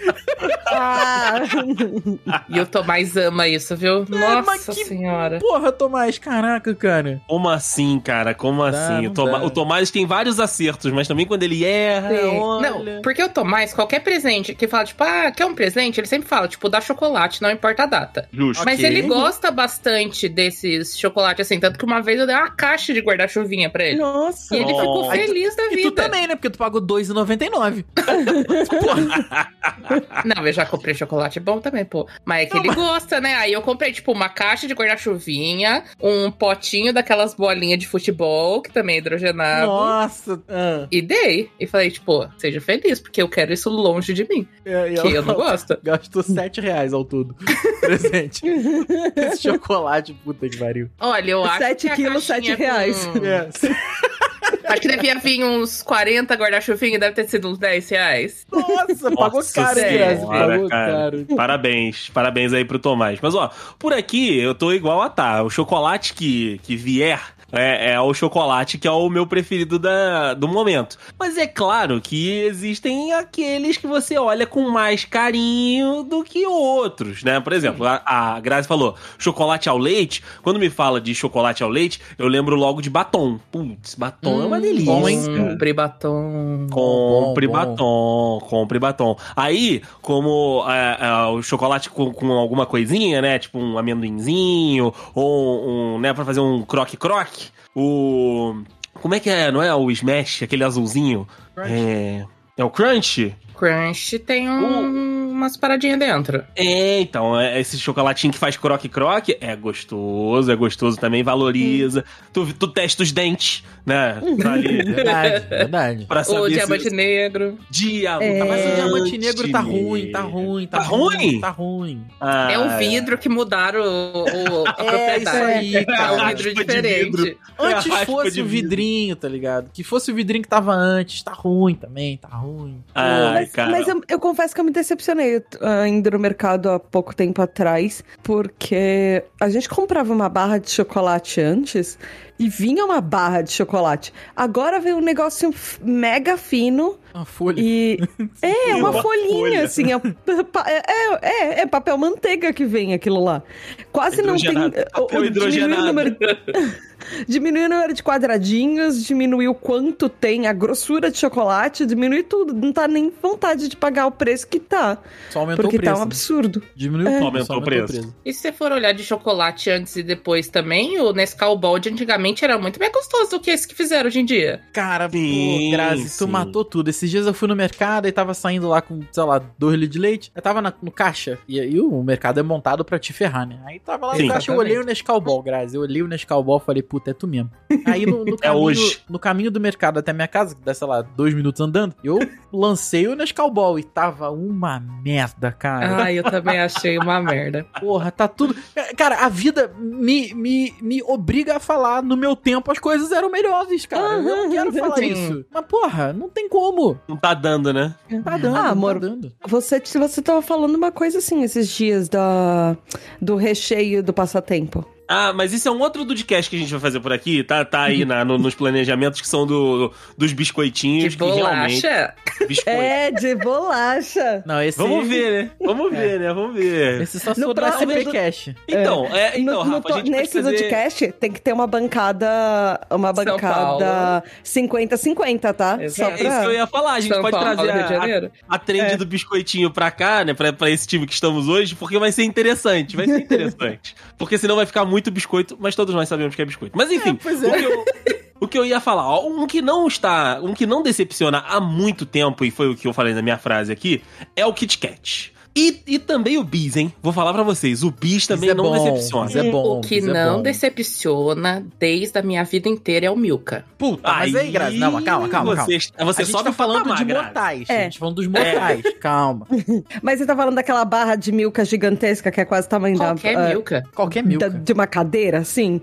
[SPEAKER 7] Ah,
[SPEAKER 6] E o Tomás ama isso, viu?
[SPEAKER 4] mas
[SPEAKER 6] Nossa
[SPEAKER 4] que-
[SPEAKER 6] senhora.
[SPEAKER 4] Porra, Tomás, caraca, cara.
[SPEAKER 5] Como assim, cara? Como assim?
[SPEAKER 4] não
[SPEAKER 5] o, Toma-
[SPEAKER 4] dá.
[SPEAKER 5] o Tomás tem vários acertos, mas também quando ele erra,
[SPEAKER 7] Sim.
[SPEAKER 5] olha...
[SPEAKER 6] Não, porque o Tomás, qualquer presente que fala, tipo, ah, quer um presente? Ele sempre fala, tipo, dá chocolate, não importa a data.
[SPEAKER 5] Justo.
[SPEAKER 6] Mas
[SPEAKER 5] Ok.
[SPEAKER 6] ele gosta bastante desses chocolate assim. Tanto que uma vez eu dei uma caixa de guarda-chuvinha pra ele.
[SPEAKER 7] nossa.
[SPEAKER 6] E ele
[SPEAKER 5] Nossa.
[SPEAKER 6] ficou feliz da
[SPEAKER 4] E tu
[SPEAKER 6] vida.
[SPEAKER 4] também, né? Porque tu pagou R$2,99.
[SPEAKER 6] Não, eu já comprei chocolate bom também, pô. Mas é que ele gosta, né? Aí eu comprei, tipo, uma caixa de guarda-chuvinha, um potinho daquelas bolinhas de futebol, que também é hidrogenado.
[SPEAKER 4] Nossa. Ah,
[SPEAKER 6] E dei. E falei, tipo, seja feliz, porque eu quero isso longe de mim.
[SPEAKER 4] é,
[SPEAKER 6] Que eu não gosto.
[SPEAKER 4] Gastou 7 reais ao todo. Presente. Esse chocolate, puta que pariu.
[SPEAKER 6] Olha, eu acho
[SPEAKER 7] Sete
[SPEAKER 6] que. a
[SPEAKER 7] quilos,
[SPEAKER 6] caixinha
[SPEAKER 7] sete reais.
[SPEAKER 6] com-
[SPEAKER 4] É.
[SPEAKER 6] Acho que devia vir uns 40 guarda-chuvinha e deve ter sido uns 10 reais.
[SPEAKER 4] Nossa, pagou
[SPEAKER 5] Nossa
[SPEAKER 4] caro,
[SPEAKER 6] Senhora,
[SPEAKER 4] Grazi. Pagou
[SPEAKER 5] cara.
[SPEAKER 4] caro.
[SPEAKER 5] Parabéns, parabéns aí pro Tomás. Mas ó, por aqui eu tô igual a tá. O chocolate que, que vier. É, é o chocolate que é o meu preferido da, do momento. Mas é claro que existem aqueles que você olha com mais carinho do que outros, né? Por exemplo, a, a Grazi falou chocolate ao leite. Quando me fala de chocolate ao leite, eu lembro logo de batom. Putz, batom é uma delícia.
[SPEAKER 4] Hum, bom, hein?
[SPEAKER 5] cara.
[SPEAKER 6] Compre batom.
[SPEAKER 5] Compre
[SPEAKER 4] Bom, bom.
[SPEAKER 5] batom, compre batom. Aí, como é, é, o chocolate com, com alguma coisinha, né? Tipo um amendoinzinho, ou um, né, pra fazer um croque-croque, o. Como é que é? Não é o Smash, aquele azulzinho? É. É o Crunch?
[SPEAKER 6] Crunch tem um- umas paradinhas dentro.
[SPEAKER 5] É, então, é esse chocolatinho que faz croque-croque é gostoso, é gostoso também, valoriza.
[SPEAKER 4] Hum.
[SPEAKER 5] Tu, tu testa os dentes, né? Pra, ali,
[SPEAKER 4] Verdade, verdade.
[SPEAKER 5] pra
[SPEAKER 6] O
[SPEAKER 5] saber
[SPEAKER 6] diamante
[SPEAKER 5] se... tá
[SPEAKER 6] negro.
[SPEAKER 5] Diamante.
[SPEAKER 7] É.
[SPEAKER 4] Mas o diamante negro tá ruim, tá ruim, tá,
[SPEAKER 5] Tá ruim?
[SPEAKER 4] Tá ruim.
[SPEAKER 5] Ah,
[SPEAKER 6] É um vidro que mudaram o, o- a
[SPEAKER 4] É isso
[SPEAKER 6] propriedade.
[SPEAKER 4] aí,
[SPEAKER 6] É um
[SPEAKER 4] cara.
[SPEAKER 5] Raspa
[SPEAKER 6] vidro
[SPEAKER 5] de
[SPEAKER 6] diferente.
[SPEAKER 5] vidro.
[SPEAKER 4] Antes
[SPEAKER 5] Raspa
[SPEAKER 4] fosse
[SPEAKER 5] de
[SPEAKER 4] o
[SPEAKER 5] vidro.
[SPEAKER 4] vidrinho, tá ligado? Que fosse o vidrinho que tava antes, tá ruim também, tá ruim.
[SPEAKER 5] Ai,
[SPEAKER 7] mas
[SPEAKER 5] cara.
[SPEAKER 7] mas é eu, eu confesso que eu me decepcionei ah, indo no mercado há pouco tempo atrás, porque a gente comprava uma barra de chocolate antes e vinha uma barra de chocolate. Agora veio um negócio f- mega fino
[SPEAKER 4] Uma folha.
[SPEAKER 7] e. É, uma,
[SPEAKER 5] Uma
[SPEAKER 7] folhinha,
[SPEAKER 5] folha.
[SPEAKER 7] assim. É, pa- é- é- é papel manteiga que vem aquilo lá. Quase não tem.
[SPEAKER 5] Hidrogenado.
[SPEAKER 7] eh, o-
[SPEAKER 5] Papel
[SPEAKER 7] o- Diminui o
[SPEAKER 5] hidrogenado.
[SPEAKER 7] número Diminuir o número de quadradinhos, diminuir o quanto tem, a grossura de chocolate, diminuir tudo. Não tá nem vontade de pagar o preço que tá.
[SPEAKER 4] Só aumentou
[SPEAKER 7] Porque
[SPEAKER 4] o preço.
[SPEAKER 7] tá um
[SPEAKER 4] né?
[SPEAKER 7] absurdo.
[SPEAKER 4] Diminuiu o
[SPEAKER 5] Aumentou
[SPEAKER 4] preço. só
[SPEAKER 5] o preço.
[SPEAKER 6] E se você for olhar de chocolate antes e depois também, o Nescau Bald antigamente era muito mais gostoso do que esse que fizeram hoje em dia.
[SPEAKER 4] Cara, pô,
[SPEAKER 5] Sim,
[SPEAKER 4] Grazi, tu
[SPEAKER 5] sim.
[SPEAKER 4] matou tudo. Esses dias eu fui no mercado e tava saindo lá com, sei lá, dois litros de leite. Eu tava na- no caixa. E aí o mercado é montado pra te ferrar, né? Aí tava lá
[SPEAKER 5] Sim.
[SPEAKER 4] no caixa, eu olhei o Nescau Ball, Grazi. Eu olhei o Nescau Ball e falei, puta, é tu mesmo. Aí no, no caminho,
[SPEAKER 5] É hoje.
[SPEAKER 4] no caminho do mercado até minha casa, que dá, sei lá, dois minutos andando, eu lancei o Nescau Ball e tava uma merda, cara.
[SPEAKER 6] Ai, eu também achei uma merda.
[SPEAKER 4] Porra, tá tudo. Cara, a vida me, me, me obriga a falar no meu tempo as coisas eram melhores, cara. eu não quero falar
[SPEAKER 6] Sim.
[SPEAKER 4] isso. Mas, porra, não tem como.
[SPEAKER 5] Não tá dando, né?
[SPEAKER 4] Tá dando,
[SPEAKER 7] Ah,
[SPEAKER 4] não
[SPEAKER 7] amor.
[SPEAKER 4] tá dando.
[SPEAKER 7] Você, você tava falando uma coisa assim esses dias da, do recheio do passatempo.
[SPEAKER 5] Ah, mas isso é um outro podcast que a gente vai fazer por aqui. Tá, tá aí na- no- nos planejamentos que são do, dos
[SPEAKER 6] Que
[SPEAKER 5] biscoitinhos. Que, realmente.
[SPEAKER 6] bolacha.
[SPEAKER 5] Biscoito.
[SPEAKER 7] É, de bolacha.
[SPEAKER 4] Não, esse.
[SPEAKER 5] Vamos ver, né? Vamos
[SPEAKER 7] É.
[SPEAKER 5] ver, né? Vamos ver.
[SPEAKER 4] Esse só
[SPEAKER 7] No
[SPEAKER 4] sobrou
[SPEAKER 7] próximo
[SPEAKER 4] SB
[SPEAKER 7] do-
[SPEAKER 4] Cash.
[SPEAKER 5] Então, é, então
[SPEAKER 7] É. No- no
[SPEAKER 5] Rafa,
[SPEAKER 7] to-
[SPEAKER 5] a gente pode
[SPEAKER 7] nesse
[SPEAKER 5] fazer...
[SPEAKER 7] podcast tem que ter uma bancada. Uma
[SPEAKER 6] São
[SPEAKER 7] bancada 50-50, tá?
[SPEAKER 6] Exato.
[SPEAKER 7] Só
[SPEAKER 5] É isso que eu
[SPEAKER 7] pra.
[SPEAKER 5] ia falar, a gente
[SPEAKER 6] São
[SPEAKER 5] pode
[SPEAKER 6] Paulo,
[SPEAKER 5] trazer
[SPEAKER 6] Rio de
[SPEAKER 5] a,
[SPEAKER 6] Janeiro.
[SPEAKER 5] a trend do biscoitinho pra cá, né? Pra, pra esse time que estamos hoje, porque vai ser interessante. Vai ser interessante. porque senão vai ficar muito biscoito, mas todos nós sabemos que é biscoito. Mas enfim,
[SPEAKER 4] pois
[SPEAKER 5] o, que eu, o que eu ia falar, ó, um que não está. Um que não decepciona há muito tempo, e foi o que eu falei na minha frase aqui, é o Kit Kat. E, e também o Bis, hein? Vou falar pra vocês, o Bis também
[SPEAKER 4] Isso é
[SPEAKER 5] não
[SPEAKER 4] bom,
[SPEAKER 5] decepciona.
[SPEAKER 4] isso é bom,
[SPEAKER 6] o que
[SPEAKER 4] isso é
[SPEAKER 6] não
[SPEAKER 4] bom.
[SPEAKER 6] decepciona desde a minha vida inteira é o Milka.
[SPEAKER 4] Puta, mas aí, Grazi. Não, mas calma, calma, calma.
[SPEAKER 5] Você, calma. você
[SPEAKER 4] a gente
[SPEAKER 5] sobe
[SPEAKER 4] tá
[SPEAKER 5] o
[SPEAKER 4] falando
[SPEAKER 5] patamar,
[SPEAKER 4] de
[SPEAKER 5] Grazi.
[SPEAKER 4] mortais.
[SPEAKER 7] É.
[SPEAKER 4] A gente tá falando dos mortais. Calma.
[SPEAKER 7] Mas você tá falando daquela barra de milka gigantesca que é quase o tamanho da.
[SPEAKER 6] Qual que é
[SPEAKER 7] ah,
[SPEAKER 6] Milka?
[SPEAKER 4] Qualquer
[SPEAKER 7] da-
[SPEAKER 4] milka.
[SPEAKER 7] de uma cadeira, assim?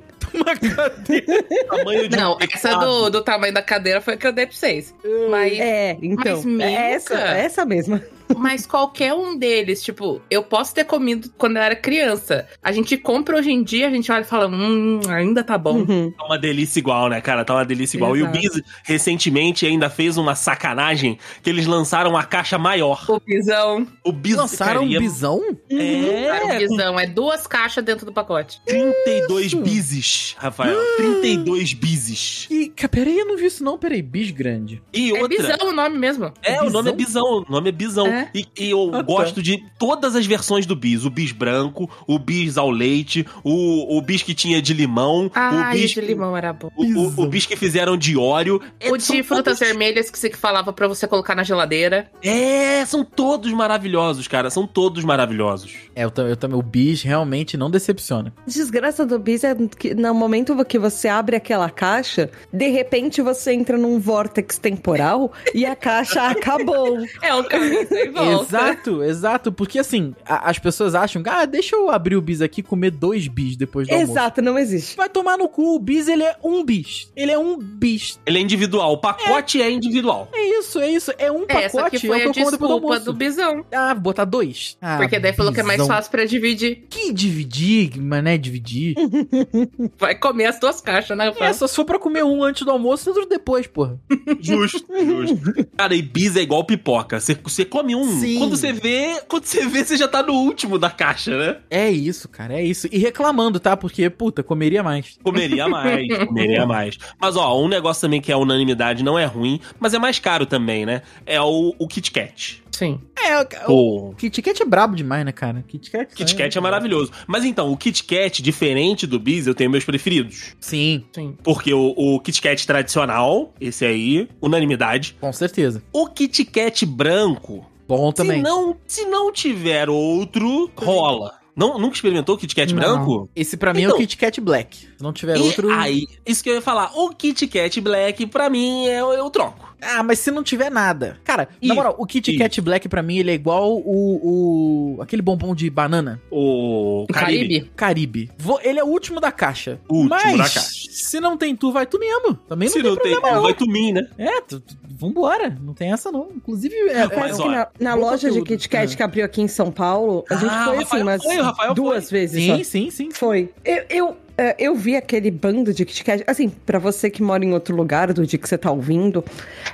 [SPEAKER 5] Tamanho de um
[SPEAKER 6] Não, essa
[SPEAKER 5] teclado.
[SPEAKER 6] do, do tamanho da cadeira foi a que eu dei pra vocês. Mas,
[SPEAKER 7] É, então.
[SPEAKER 6] Mas Milka?
[SPEAKER 7] é essa, é essa mesma.
[SPEAKER 6] mas qualquer um deles, tipo, eu posso ter comido quando eu era criança. A gente compra hoje em dia, a gente olha e fala, hum, ainda tá bom.
[SPEAKER 7] Uhum.
[SPEAKER 5] Tá uma delícia igual, né, cara? Tá uma delícia igual. E o
[SPEAKER 6] Exato.
[SPEAKER 5] Biz recentemente ainda fez uma sacanagem que eles lançaram a caixa maior.
[SPEAKER 6] O bisão.
[SPEAKER 5] O Biz
[SPEAKER 4] Lançaram um
[SPEAKER 5] cara,
[SPEAKER 4] bisão?
[SPEAKER 6] Cara, o
[SPEAKER 5] É, com
[SPEAKER 6] bisão é duas caixas dentro do pacote.
[SPEAKER 5] 32 bises, Rafael.
[SPEAKER 6] Ah!
[SPEAKER 5] 32 bises.
[SPEAKER 4] Que... ca- Peraí, eu não vi isso não. Peraí, bis grande.
[SPEAKER 5] E
[SPEAKER 6] É
[SPEAKER 5] outra.
[SPEAKER 6] bisão o nome mesmo.
[SPEAKER 5] É, o nome é Bizão. O nome é Bizão.
[SPEAKER 6] É. né?
[SPEAKER 5] E, e eu
[SPEAKER 7] Ah, tá.
[SPEAKER 5] gosto de todas as versões do bis. O bis branco, o bis ao leite, o, o bis que tinha de limão,
[SPEAKER 6] Ah,
[SPEAKER 5] o bis
[SPEAKER 6] de limão era bom.
[SPEAKER 5] O, o, o bis que fizeram de óleo. É,
[SPEAKER 6] O
[SPEAKER 5] são
[SPEAKER 6] de frutas
[SPEAKER 5] todos-
[SPEAKER 6] vermelhas que você que falava pra você colocar na geladeira.
[SPEAKER 5] É, são todos maravilhosos, cara. São todos maravilhosos.
[SPEAKER 4] É, eu, tam- eu também. O bis realmente não decepciona.
[SPEAKER 7] Desgraça do bis é que no momento que você abre aquela caixa, de repente você entra num vórtex temporal e a caixa acabou.
[SPEAKER 6] É um caminho sem volta.
[SPEAKER 4] Exato, exato. Porque assim, a- as pessoas acham, ah, deixa eu abrir o bis aqui e comer dois bis depois do almoço.
[SPEAKER 7] Exato, não existe.
[SPEAKER 4] Vai tomar no cu, o bis ele é um bis. Ele é um bis.
[SPEAKER 5] Ele é individual. O pacote é, individual.
[SPEAKER 4] É isso, é isso. É um
[SPEAKER 6] É, essa
[SPEAKER 4] pacote
[SPEAKER 6] aqui foi
[SPEAKER 4] é
[SPEAKER 6] a
[SPEAKER 4] o que eu como depois do
[SPEAKER 6] desculpa
[SPEAKER 4] almoço.
[SPEAKER 6] do bisão.
[SPEAKER 4] Ah, botar dois. Ah,
[SPEAKER 6] porque daí falou que é mais
[SPEAKER 4] bisão.
[SPEAKER 6] fácil pra dividir.
[SPEAKER 4] Que dividir, mas né, dividir.
[SPEAKER 6] Uhum. Vai comer as duas caixas, né? Eu
[SPEAKER 4] é,
[SPEAKER 6] falo.
[SPEAKER 4] só se for pra comer um antes do almoço e outro depois, porra.
[SPEAKER 5] Justo, justo. Cara, e bis é igual pipoca. Você, você come um.
[SPEAKER 4] Sim.
[SPEAKER 5] Quando você vê, quando você vê, você já tá no último da caixa, né?
[SPEAKER 4] É isso, cara, é isso. E reclamando, tá? Porque, puta, comeria mais.
[SPEAKER 5] Comeria mais, comeria mais. Mas ó, um negócio também que é unanimidade não é ruim, mas é mais caro também, né? É o, o Kit Kat.
[SPEAKER 6] Sim.
[SPEAKER 4] É, o
[SPEAKER 5] Pô,
[SPEAKER 4] Kit Kat é brabo demais, né, cara? Kit Kat,
[SPEAKER 5] Kit Kat é maravilhoso. Mas então, o Kit Kat, diferente do bis, eu tenho meus preferidos.
[SPEAKER 4] Sim,
[SPEAKER 5] Porque o, o Kit Kat tradicional, esse aí, unanimidade.
[SPEAKER 4] com certeza.
[SPEAKER 5] O Kit Kat branco,
[SPEAKER 4] Bom também.
[SPEAKER 5] se não, se não tiver outro, rola. Não, nunca experimentou o Kit Kat
[SPEAKER 6] Não.
[SPEAKER 5] branco?
[SPEAKER 4] Esse pra mim é o
[SPEAKER 5] Então.
[SPEAKER 4] Kit Kat Black. Se não tiver
[SPEAKER 5] E
[SPEAKER 4] é outro.
[SPEAKER 5] aí, isso que eu ia falar. O Kit Kat black, pra mim, eu, eu troco.
[SPEAKER 4] Ah, mas se não tiver nada. Cara, na
[SPEAKER 5] Ih,
[SPEAKER 4] moral, o Kit
[SPEAKER 5] ih.
[SPEAKER 4] Kat Black pra mim ele é igual o, o. aquele bombom de banana.
[SPEAKER 5] O
[SPEAKER 6] O
[SPEAKER 5] Caribe.
[SPEAKER 6] Caribe?
[SPEAKER 4] Caribe. Vou- ele é o último da caixa.
[SPEAKER 5] O último
[SPEAKER 4] mas,
[SPEAKER 5] da caixa.
[SPEAKER 4] Se não tem tu, vai tu mesmo. Também não
[SPEAKER 5] Se
[SPEAKER 4] tem
[SPEAKER 5] não tem,
[SPEAKER 4] problema, não.
[SPEAKER 5] vai tumim, né?
[SPEAKER 4] É, tu, tu- vambora. Não tem essa, não. Inclusive, é, é-
[SPEAKER 5] Mas,
[SPEAKER 7] Parece
[SPEAKER 5] ó,
[SPEAKER 7] que na, na
[SPEAKER 4] bom
[SPEAKER 7] loja de
[SPEAKER 4] conteúdo.
[SPEAKER 7] Kit
[SPEAKER 4] É.
[SPEAKER 7] Kat que abriu aqui em São Paulo, a gente
[SPEAKER 5] né? Ah,
[SPEAKER 7] foi
[SPEAKER 5] o
[SPEAKER 7] assim,
[SPEAKER 5] Rafael
[SPEAKER 7] mas
[SPEAKER 5] foi, o Rafael
[SPEAKER 7] duas vezes
[SPEAKER 4] sim, sim, sim.
[SPEAKER 7] só. Foi. Eu, eu, é, eu vi aquele bando de Kit Kat, assim, pra você que mora em outro lugar do dia que você tá ouvindo,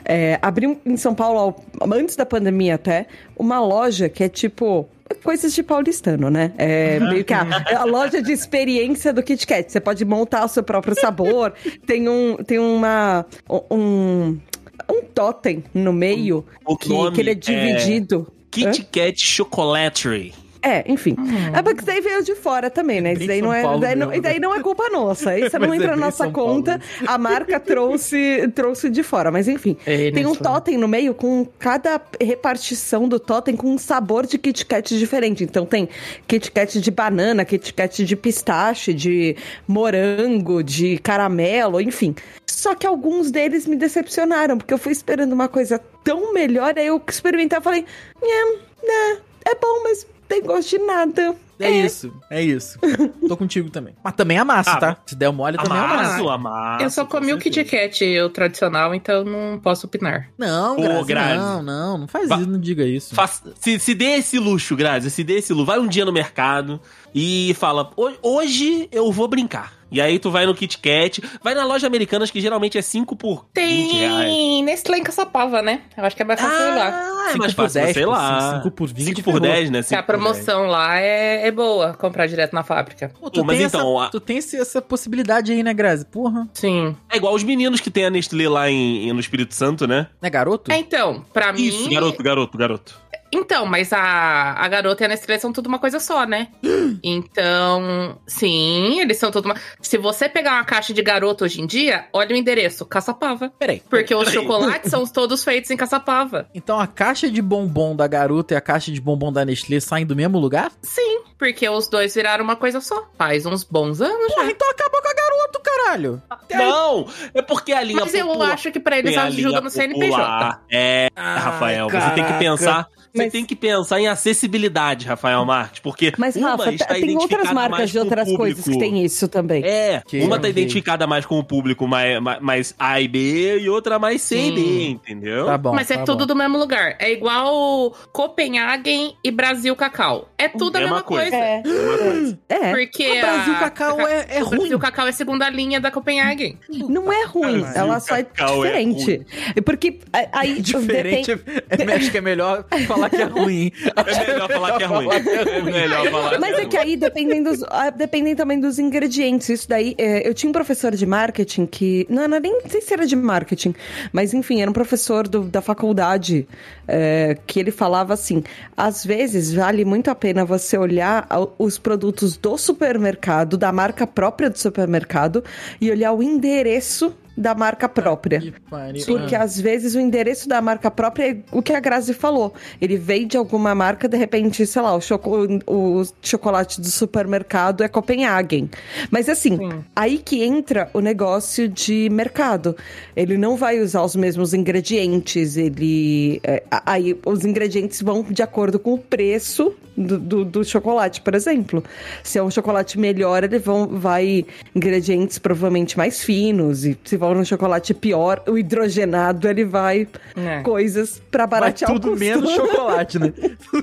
[SPEAKER 7] é, abriu em São Paulo, ao- antes da pandemia até, uma loja que é tipo... Coisas de paulistano, né? É meio que a, é a loja de experiência do Kit Kat. Você pode montar o seu próprio sabor. Tem um, tem uma, um, um totem no meio
[SPEAKER 5] O
[SPEAKER 7] que,
[SPEAKER 5] nome
[SPEAKER 7] que ele é
[SPEAKER 5] é-
[SPEAKER 7] dividido.
[SPEAKER 5] Kit Kat Chocolatery.
[SPEAKER 7] É, enfim. É porque isso daí veio de fora também, né?
[SPEAKER 4] É
[SPEAKER 7] Isso
[SPEAKER 4] bem
[SPEAKER 7] daí
[SPEAKER 4] São
[SPEAKER 7] não é,
[SPEAKER 4] Paulo
[SPEAKER 7] daí não,
[SPEAKER 4] mesmo, né?
[SPEAKER 7] e daí não é culpa nossa. Isso não
[SPEAKER 4] Mas é
[SPEAKER 7] entra
[SPEAKER 4] bem
[SPEAKER 7] na nossa
[SPEAKER 4] São Paulo
[SPEAKER 7] conta. A marca trouxe, trouxe de fora, mas enfim.
[SPEAKER 6] É,
[SPEAKER 7] Tem
[SPEAKER 6] né,
[SPEAKER 7] um
[SPEAKER 6] só-
[SPEAKER 7] totem no meio com cada repartição do totem com um sabor de Kit Kat diferente. Então tem Kit Kat de banana, Kit Kat de pistache, de morango, de caramelo, enfim. Só que alguns deles me decepcionaram, porque eu fui esperando uma coisa tão melhor, aí eu experimentar e falei, "Nham, né, é bom, mas tem gosto de nada.
[SPEAKER 4] É isso, é isso. Tô contigo também. Mas também amasso,
[SPEAKER 5] Ah,
[SPEAKER 4] tá? Se der mole, também amasso.
[SPEAKER 5] Amasso, amasso.
[SPEAKER 6] Eu só
[SPEAKER 5] Ah, com
[SPEAKER 6] comi o Kit
[SPEAKER 5] certeza.
[SPEAKER 6] Kat, o tradicional, então não posso opinar.
[SPEAKER 4] Não,
[SPEAKER 5] Pô,
[SPEAKER 4] Grazi,
[SPEAKER 5] Grazi.
[SPEAKER 4] Não, não, não faz
[SPEAKER 5] Va-
[SPEAKER 4] isso, não diga isso.
[SPEAKER 5] Faça- se, se dê esse luxo, Grazi, se dê esse luxo. Vai um dia no mercado e fala: "Ho- hoje eu vou brincar. E aí tu vai no Kit Kat, vai na loja americanas que geralmente é 5 por 20 reais.
[SPEAKER 6] Tem Nestlé em Caçapava, né? Eu acho que é mais fácil ir lá.
[SPEAKER 5] Ah, é mais fácil, sei lá.
[SPEAKER 4] 5 por 20.
[SPEAKER 5] 5 por
[SPEAKER 4] ferrou.
[SPEAKER 5] 10, né?
[SPEAKER 6] Se é a
[SPEAKER 5] 5 por 10.
[SPEAKER 6] promoção lá é, é boa, comprar direto na fábrica.
[SPEAKER 4] Pô, tu,
[SPEAKER 5] Pô, mas
[SPEAKER 4] tem
[SPEAKER 5] então,
[SPEAKER 4] essa,
[SPEAKER 5] a-
[SPEAKER 4] tu tem esse- essa possibilidade aí, né, Grazi? Porra.
[SPEAKER 6] Sim.
[SPEAKER 5] É igual os meninos que tem a Nestlé lá em, em- no Espírito Santo, né?
[SPEAKER 4] É garoto?
[SPEAKER 6] É, então, pra mim.
[SPEAKER 5] Isso, garoto, garoto, garoto.
[SPEAKER 6] Então, mas a, a garota e a Nestlé são tudo uma coisa só, né? então, sim, eles são tudo uma. Se você pegar uma caixa de garoto hoje em dia, olha o endereço, Caçapava.
[SPEAKER 4] Peraí.
[SPEAKER 6] Porque os
[SPEAKER 5] Peraí.
[SPEAKER 6] chocolates são todos feitos em Caçapava.
[SPEAKER 4] Então a caixa de bombom da garota e a caixa de bombom da Nestlé saem do mesmo lugar?
[SPEAKER 6] Sim, porque os dois viraram uma coisa só. Faz uns bons anos já.
[SPEAKER 4] Porra, então acabou com a garota, caralho.
[SPEAKER 5] Não! É porque a linha
[SPEAKER 6] um Mas eu
[SPEAKER 5] popular-
[SPEAKER 6] acho que pra eles
[SPEAKER 5] tem a linha
[SPEAKER 6] ajuda no CNPJ.
[SPEAKER 5] popular. É, Rafael, você tem que pensar. Você
[SPEAKER 7] Mas-
[SPEAKER 5] tem que pensar em acessibilidade, Rafael Marques, porque
[SPEAKER 7] Mas,
[SPEAKER 5] uma
[SPEAKER 7] Rafa,
[SPEAKER 5] está
[SPEAKER 7] tá- tem outras
[SPEAKER 5] identificada
[SPEAKER 7] marcas
[SPEAKER 5] mais
[SPEAKER 7] de
[SPEAKER 5] com o
[SPEAKER 7] outras coisas que
[SPEAKER 5] público.
[SPEAKER 7] tem isso também.
[SPEAKER 5] É,
[SPEAKER 4] Que
[SPEAKER 5] uma
[SPEAKER 4] ok.
[SPEAKER 5] tá identificada mais com o público mais, mais- mais A e B e outra mais C e D, entendeu?
[SPEAKER 4] Tá bom.
[SPEAKER 6] Mas é
[SPEAKER 4] tá
[SPEAKER 6] tudo
[SPEAKER 4] bom.
[SPEAKER 6] do mesmo lugar. É igual Copenhagen e Brasil Cacau. É tudo a
[SPEAKER 5] Mesma
[SPEAKER 6] mesma
[SPEAKER 5] coisa.
[SPEAKER 6] coisa.
[SPEAKER 7] É. É.
[SPEAKER 6] Porque
[SPEAKER 4] O Brasil
[SPEAKER 6] a-
[SPEAKER 4] Cacau
[SPEAKER 6] a-
[SPEAKER 4] é, é
[SPEAKER 6] o Brasil
[SPEAKER 4] ruim.
[SPEAKER 6] Cacau é a segunda linha da Copenhagen.
[SPEAKER 7] Não é ruim,
[SPEAKER 5] Brasil,
[SPEAKER 7] ela só é
[SPEAKER 5] Cacau é
[SPEAKER 7] diferente. É porque a- aí
[SPEAKER 4] Diferente, é- é- acho que é melhor falar que é ruim.
[SPEAKER 5] É melhor falar que é ruim. É melhor falar.
[SPEAKER 7] Depende, mas é que aí dependem, dos, ah, dependem também dos ingredientes. Isso daí, é, eu tinha um professor de marketing que. Não, não nem sei se era de marketing, mas enfim, era um professor do- da faculdade é, que ele falava assim: às vezes vale muito a pena você olhar ao- os produtos do supermercado, da marca própria do supermercado, e olhar o endereço da marca própria.
[SPEAKER 4] Que pariu. Ah.
[SPEAKER 7] Porque às vezes o endereço da marca própria é o que a Grazi falou. Ele veio de alguma marca, de repente, sei lá, o, choco- o chocolate do supermercado é Copenhagen. Mas assim, aí que entra o negócio de mercado. Ele não vai usar os mesmos ingredientes, ele. é, a- aí os ingredientes vão de acordo com o preço do, do- do chocolate, por exemplo. Se é um chocolate melhor, ele vão, vai ingredientes provavelmente mais finos. E se for um chocolate pior, o hidrogenado, ele vai
[SPEAKER 6] É.
[SPEAKER 7] coisas pra
[SPEAKER 4] Vai
[SPEAKER 7] baratear o
[SPEAKER 4] tudo
[SPEAKER 7] custo.
[SPEAKER 4] menos chocolate, né?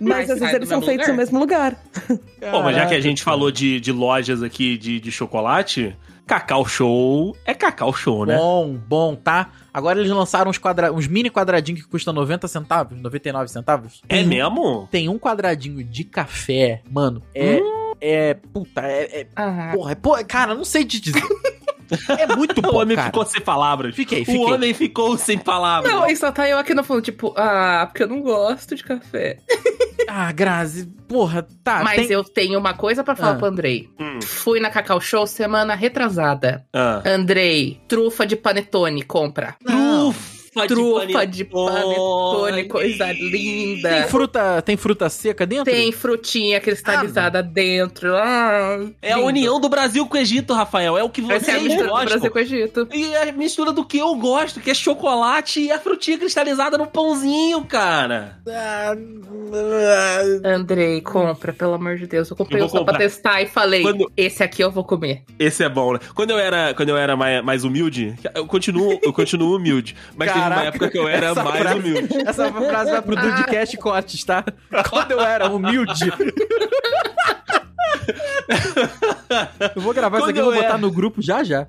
[SPEAKER 7] Mas
[SPEAKER 6] Mas
[SPEAKER 7] às
[SPEAKER 6] sai
[SPEAKER 7] vezes
[SPEAKER 6] do
[SPEAKER 7] eles são
[SPEAKER 6] mesmo
[SPEAKER 7] feitos no
[SPEAKER 6] lugar.
[SPEAKER 7] mesmo lugar.
[SPEAKER 5] Bom, mas já que a gente
[SPEAKER 4] Caraca.
[SPEAKER 5] falou de, de lojas aqui de, de chocolate, Cacau Show é Cacau Show, né?
[SPEAKER 4] Bom, bom, tá? Agora eles lançaram uns, quadra... uns mini quadradinhos que custam 90 centavos, 99 centavos.
[SPEAKER 5] É mesmo?
[SPEAKER 4] Tem um quadradinho de café, mano. É.
[SPEAKER 5] Hum?
[SPEAKER 4] É. Puta, é. é
[SPEAKER 6] Ah,
[SPEAKER 4] porra, é. Porra, cara, não sei te dizer. é muito
[SPEAKER 5] O
[SPEAKER 4] bom,
[SPEAKER 5] homem
[SPEAKER 4] cara.
[SPEAKER 5] ficou sem palavras.
[SPEAKER 4] Fiquei,
[SPEAKER 5] O
[SPEAKER 4] fiquei.
[SPEAKER 5] homem ficou sem palavras.
[SPEAKER 6] não, e só tá eu aqui no fundo, tipo, ah, porque eu não gosto de café.
[SPEAKER 4] Ah, Grazi, porra, tá.
[SPEAKER 6] Mas
[SPEAKER 4] tem-
[SPEAKER 6] eu tenho uma coisa pra falar
[SPEAKER 4] Ah.
[SPEAKER 6] pro Andrei.
[SPEAKER 5] Hum.
[SPEAKER 6] Fui na Cacau Show semana retrasada.
[SPEAKER 5] Ah.
[SPEAKER 6] Andrei, trufa de panetone, compra.
[SPEAKER 4] Não.
[SPEAKER 5] Trufa,
[SPEAKER 6] Trufa de panetone, coisa linda.
[SPEAKER 4] Tem fruta, tem fruta seca dentro?
[SPEAKER 6] é. Tem frutinha cristalizada dentro. Ah,
[SPEAKER 5] É a
[SPEAKER 6] lindo.
[SPEAKER 5] união do Brasil com o Egito, Rafael. É o que
[SPEAKER 6] Essa é a
[SPEAKER 5] vocês
[SPEAKER 6] mistura do
[SPEAKER 5] gostam.
[SPEAKER 6] Brasil com o Egito.
[SPEAKER 5] E a mistura do que eu gosto, que é chocolate e a frutinha cristalizada no pãozinho, cara.
[SPEAKER 6] Andrei, compra, pelo amor de Deus. Eu comprei
[SPEAKER 5] Eu
[SPEAKER 6] um
[SPEAKER 5] vou
[SPEAKER 6] só pra
[SPEAKER 5] comprar.
[SPEAKER 6] testar e falei:
[SPEAKER 5] Quando-
[SPEAKER 6] esse aqui eu vou comer.
[SPEAKER 5] Esse é bom, né? Quando eu era, quando eu era mais, mais humilde, eu continuo, eu continuo humilde, mas teve uma
[SPEAKER 4] Caraca,
[SPEAKER 5] época que eu era
[SPEAKER 4] essa
[SPEAKER 5] mais
[SPEAKER 4] frase-
[SPEAKER 5] humilde.
[SPEAKER 4] Essa frase vai pro Dudcast Cortes, tá? Quando eu era humilde. eu vou gravar isso
[SPEAKER 5] Quando
[SPEAKER 4] aqui e vou
[SPEAKER 5] eu
[SPEAKER 4] botar
[SPEAKER 5] era-
[SPEAKER 4] no grupo já já.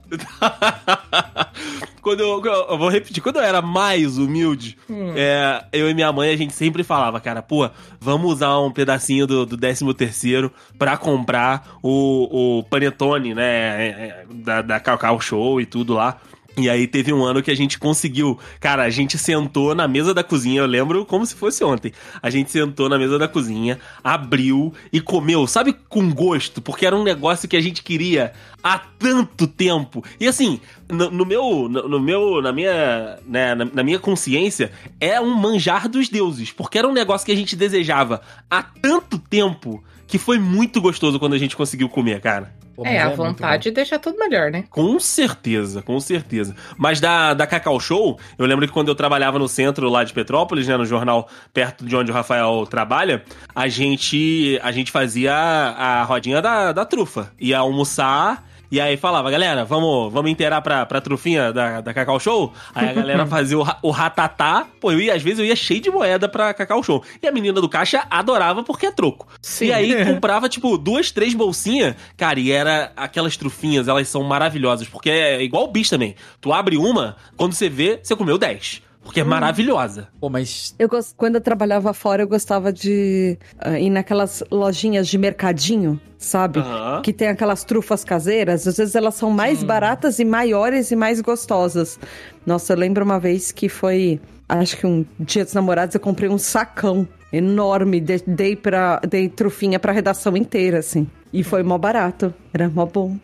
[SPEAKER 5] quando eu, eu vou repetir, quando eu era mais humilde, é, eu e minha mãe, a gente sempre falava, cara, pô, vamos usar um pedacinho do, do 13 terceiro pra comprar o, o panetone, né, é, é, da, da Cacau Show e tudo lá. E aí teve um ano que a gente conseguiu. Cara, a gente sentou na mesa da cozinha, eu lembro como se fosse ontem. A gente sentou na mesa da cozinha, abriu e comeu, sabe, com gosto, porque era um negócio que a gente queria há tanto tempo. E assim, no, no meu, no, no meu, na minha, né, na, na minha consciência, é um manjar dos deuses, porque era um negócio que a gente desejava há tanto tempo que foi muito gostoso quando a gente conseguiu comer, cara.
[SPEAKER 4] Pô, mas
[SPEAKER 6] é, a
[SPEAKER 4] muito
[SPEAKER 6] vontade deixa tudo melhor, né?
[SPEAKER 5] Com certeza, com certeza. Mas da, da Cacau Show, eu lembro que quando eu trabalhava no centro lá de Petrópolis, né, no jornal perto de onde o Rafael trabalha, a gente a gente fazia a, a rodinha da, da trufa. Ia almoçar e aí falava, galera, vamos, vamos inteirar pra, pra trufinha da, da Cacau Show? Aí a galera fazia o, ra- o ratatá. Pô, eu ia, às vezes eu ia cheio de moeda pra Cacau Show. E a menina do caixa adorava porque é troco. E aí comprava, tipo, duas, três bolsinhas. Cara, e era aquelas trufinhas, elas são maravilhosas. Porque é igual o bicho também. Tu abre uma, quando você vê, você comeu dez. Porque é
[SPEAKER 4] Hum.
[SPEAKER 5] maravilhosa.
[SPEAKER 4] bom. Pô, mas.
[SPEAKER 7] Eu gos- Quando eu trabalhava fora, eu gostava de ah, ir naquelas lojinhas de mercadinho, sabe?
[SPEAKER 5] Aham.
[SPEAKER 7] Que tem aquelas trufas caseiras, às vezes elas são mais baratas e maiores e mais gostosas. Nossa, eu lembro uma vez que foi, acho que um dia dos namorados, eu comprei um sacão enorme, de- dei, pra, dei trufinha pra redação inteira, assim. E foi mó barato, era mó bom.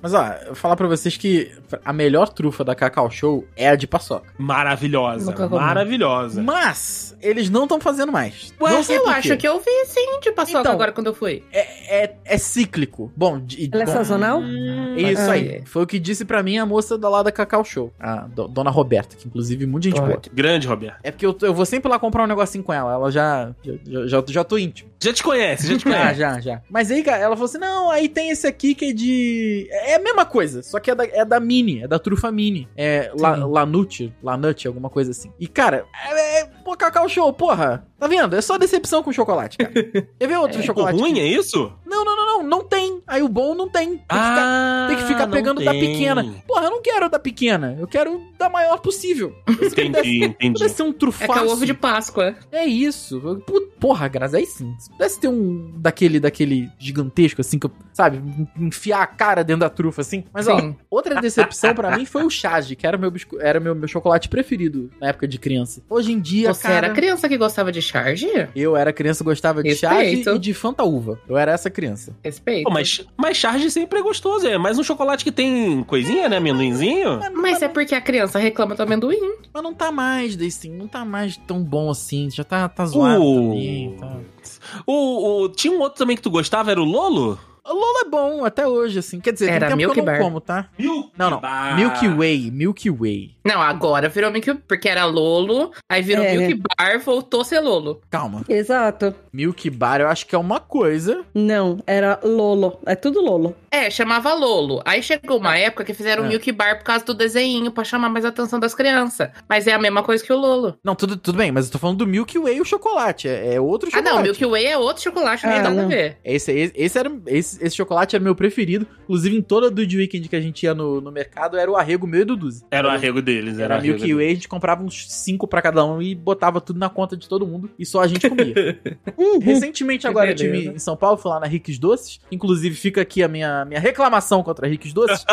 [SPEAKER 4] Mas ó, eu vou falar pra vocês que a melhor trufa da Cacau Show é a de paçoca.
[SPEAKER 5] Maravilhosa.
[SPEAKER 6] Nunca comi.
[SPEAKER 5] Maravilhosa.
[SPEAKER 4] Mas eles não estão fazendo mais.
[SPEAKER 6] Ué,
[SPEAKER 4] não sei
[SPEAKER 6] eu
[SPEAKER 4] por
[SPEAKER 6] acho
[SPEAKER 4] quê.
[SPEAKER 6] que eu vi sim de paçoca
[SPEAKER 4] Então.
[SPEAKER 6] agora quando eu fui.
[SPEAKER 4] É, é, é cíclico. Bom, de,
[SPEAKER 7] Ela é
[SPEAKER 4] bom, é
[SPEAKER 7] sazonal?
[SPEAKER 4] Isso
[SPEAKER 7] Ah.
[SPEAKER 4] aí. Foi o que disse pra mim a moça da lá da Cacau Show. A do- dona Roberta, que inclusive é muito gente boa.
[SPEAKER 5] Grande, Roberto.
[SPEAKER 4] É porque eu, eu vou sempre lá comprar um negocinho com ela. Ela já. Já, já, já tô íntimo.
[SPEAKER 5] Já te conhece, já te
[SPEAKER 4] Ah,
[SPEAKER 5] conhece.
[SPEAKER 4] já, já. Mas aí, cara, ela falou assim: não, aí tem esse aqui que é de. É a mesma coisa, só que é da, é da Mini, é da trufa Mini. É La, Lanute, Lanut, alguma coisa assim. E, cara, é, é, pô, Cacau o show, porra. Tá vendo? É só decepção com chocolate, cara. Quer ver outro
[SPEAKER 5] Ficou
[SPEAKER 4] chocolate?
[SPEAKER 5] ruim, é isso?
[SPEAKER 4] Não, não, não, não. Não tem. Aí o bom não tem. Tem que ficar,
[SPEAKER 5] Ah,
[SPEAKER 4] tem que ficar
[SPEAKER 5] não
[SPEAKER 4] pegando da
[SPEAKER 5] tem.
[SPEAKER 4] pequena. Porra, eu não quero da pequena. Eu quero da maior possível. Se
[SPEAKER 5] Entendi, entendi.
[SPEAKER 4] pudesse ser um
[SPEAKER 6] É
[SPEAKER 4] trufaço.
[SPEAKER 6] que é o ovo de Páscoa.
[SPEAKER 4] É isso. Pu- Porra, Grazi, aí sim. Se pudesse ter um daquele, daquele gigantesco, assim, que eu, sabe, enfiar a cara dentro da trufa, assim. Mas, ó,
[SPEAKER 6] Sim.
[SPEAKER 4] outra decepção pra mim foi o Chage, que era o meu, bisco... era meu, meu chocolate preferido na época de criança. Hoje em dia,
[SPEAKER 6] Você
[SPEAKER 4] cara...
[SPEAKER 6] era criança que gostava de charge?
[SPEAKER 4] Eu era criança, gostava de Chage
[SPEAKER 6] Respeito.
[SPEAKER 4] e de Fanta Uva. Eu era essa criança.
[SPEAKER 6] Respeito.
[SPEAKER 5] Pô, mas, mas charge sempre é gostoso, é. Mas um chocolate que tem coisinha, né? Amendoinzinho.
[SPEAKER 6] Mas é porque a criança reclama do amendoim.
[SPEAKER 4] Mas não tá mais, daí sim. Não tá mais tão bom assim. Já tá, tá zoado
[SPEAKER 5] Uh.
[SPEAKER 4] também. Tá.
[SPEAKER 5] O, o- tinha um outro também que tu gostava, era o Lolo?
[SPEAKER 4] O Lolo é bom até hoje, assim. Quer dizer,
[SPEAKER 6] Era
[SPEAKER 4] tem tempo que eu não
[SPEAKER 6] Milk Bar.
[SPEAKER 4] como, tá?
[SPEAKER 5] Milk
[SPEAKER 4] Não, não.
[SPEAKER 5] Bar.
[SPEAKER 4] Milky Way, Milky Way.
[SPEAKER 6] Não, agora virou Milky porque era Lolo, aí virou
[SPEAKER 7] É.
[SPEAKER 6] Milk Bar, voltou a ser Lolo.
[SPEAKER 4] Calma.
[SPEAKER 7] Exato.
[SPEAKER 4] Milk Bar eu acho que é uma coisa.
[SPEAKER 7] Não, era Lolo. É tudo Lolo.
[SPEAKER 6] É, chamava Lolo. Aí chegou uma época que fizeram
[SPEAKER 4] É.
[SPEAKER 6] Milk Bar por causa do desenho, pra chamar mais a atenção das crianças. Mas é a mesma coisa que o Lolo.
[SPEAKER 4] Não, tudo, tudo bem, mas eu tô falando do Milky Way e o chocolate. É, é outro
[SPEAKER 6] Ah,
[SPEAKER 4] chocolate. É
[SPEAKER 6] não, Milky Way é outro chocolate, não
[SPEAKER 7] Ah,
[SPEAKER 6] tem nada a
[SPEAKER 7] não.
[SPEAKER 6] ver.
[SPEAKER 4] Esse, esse, esse era, esse, esse chocolate era meu preferido. Inclusive, em toda do Weekend que a gente ia no, no mercado, era o arrego meu e do Duzi.
[SPEAKER 5] Era o arrego deles, era,
[SPEAKER 4] Era
[SPEAKER 5] o arrego
[SPEAKER 4] Milky
[SPEAKER 5] deles.
[SPEAKER 4] Way, a gente comprava uns cinco pra cada um e botava tudo na conta de todo mundo e só a gente comia.
[SPEAKER 7] Uhum.
[SPEAKER 4] Recentemente
[SPEAKER 6] Que
[SPEAKER 4] agora eu tive
[SPEAKER 6] beleza.
[SPEAKER 4] em São Paulo, fui lá na Ricos Doces. Inclusive, fica aqui a minha, minha reclamação contra a Ricos Doces.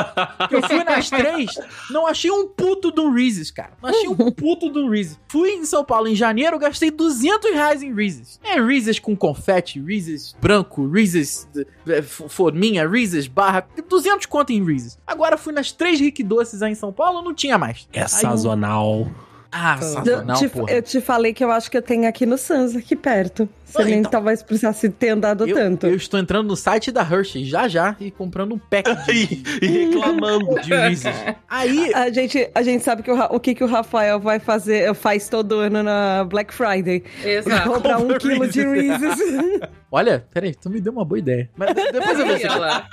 [SPEAKER 4] que eu fui nas três, não achei um puto do Reese's, cara. Não achei um puto do Reese's. Fui em São Paulo em janeiro, gastei 200 reais em Reese's. É Reese's com confete, Reese's branco, Reese's eh, f- forminha, Reese's barra. 200 conto em Reese's. Agora fui nas três Ricos Doces aí em São Paulo, não tinha mais.
[SPEAKER 5] É
[SPEAKER 4] Aí eu-
[SPEAKER 5] sazonal.
[SPEAKER 4] Ah,
[SPEAKER 7] Eu
[SPEAKER 4] sazonal,
[SPEAKER 7] te,
[SPEAKER 4] porra.
[SPEAKER 7] eu te falei que eu acho que eu tenho aqui no Sans, aqui perto. Você
[SPEAKER 4] Ah,
[SPEAKER 7] nem
[SPEAKER 4] então.
[SPEAKER 7] talvez precisasse ter andado
[SPEAKER 4] Eu-
[SPEAKER 7] tanto.
[SPEAKER 4] eu estou entrando no site da Hershey já já e comprando um pack de,
[SPEAKER 5] E, e reclamando.
[SPEAKER 4] de Reese's. Aí,
[SPEAKER 7] A gente, a gente sabe que o, Ra- o que, que o Rafael vai fazer, faz todo ano na Black Friday.
[SPEAKER 4] Ah,
[SPEAKER 6] Exato.
[SPEAKER 7] Comprar um
[SPEAKER 5] Compra
[SPEAKER 7] quilo de
[SPEAKER 5] Reese's.
[SPEAKER 7] Reese's.
[SPEAKER 4] olha, peraí, tu me deu uma boa ideia. Mas de- depois eu vejo.
[SPEAKER 6] Olha lá.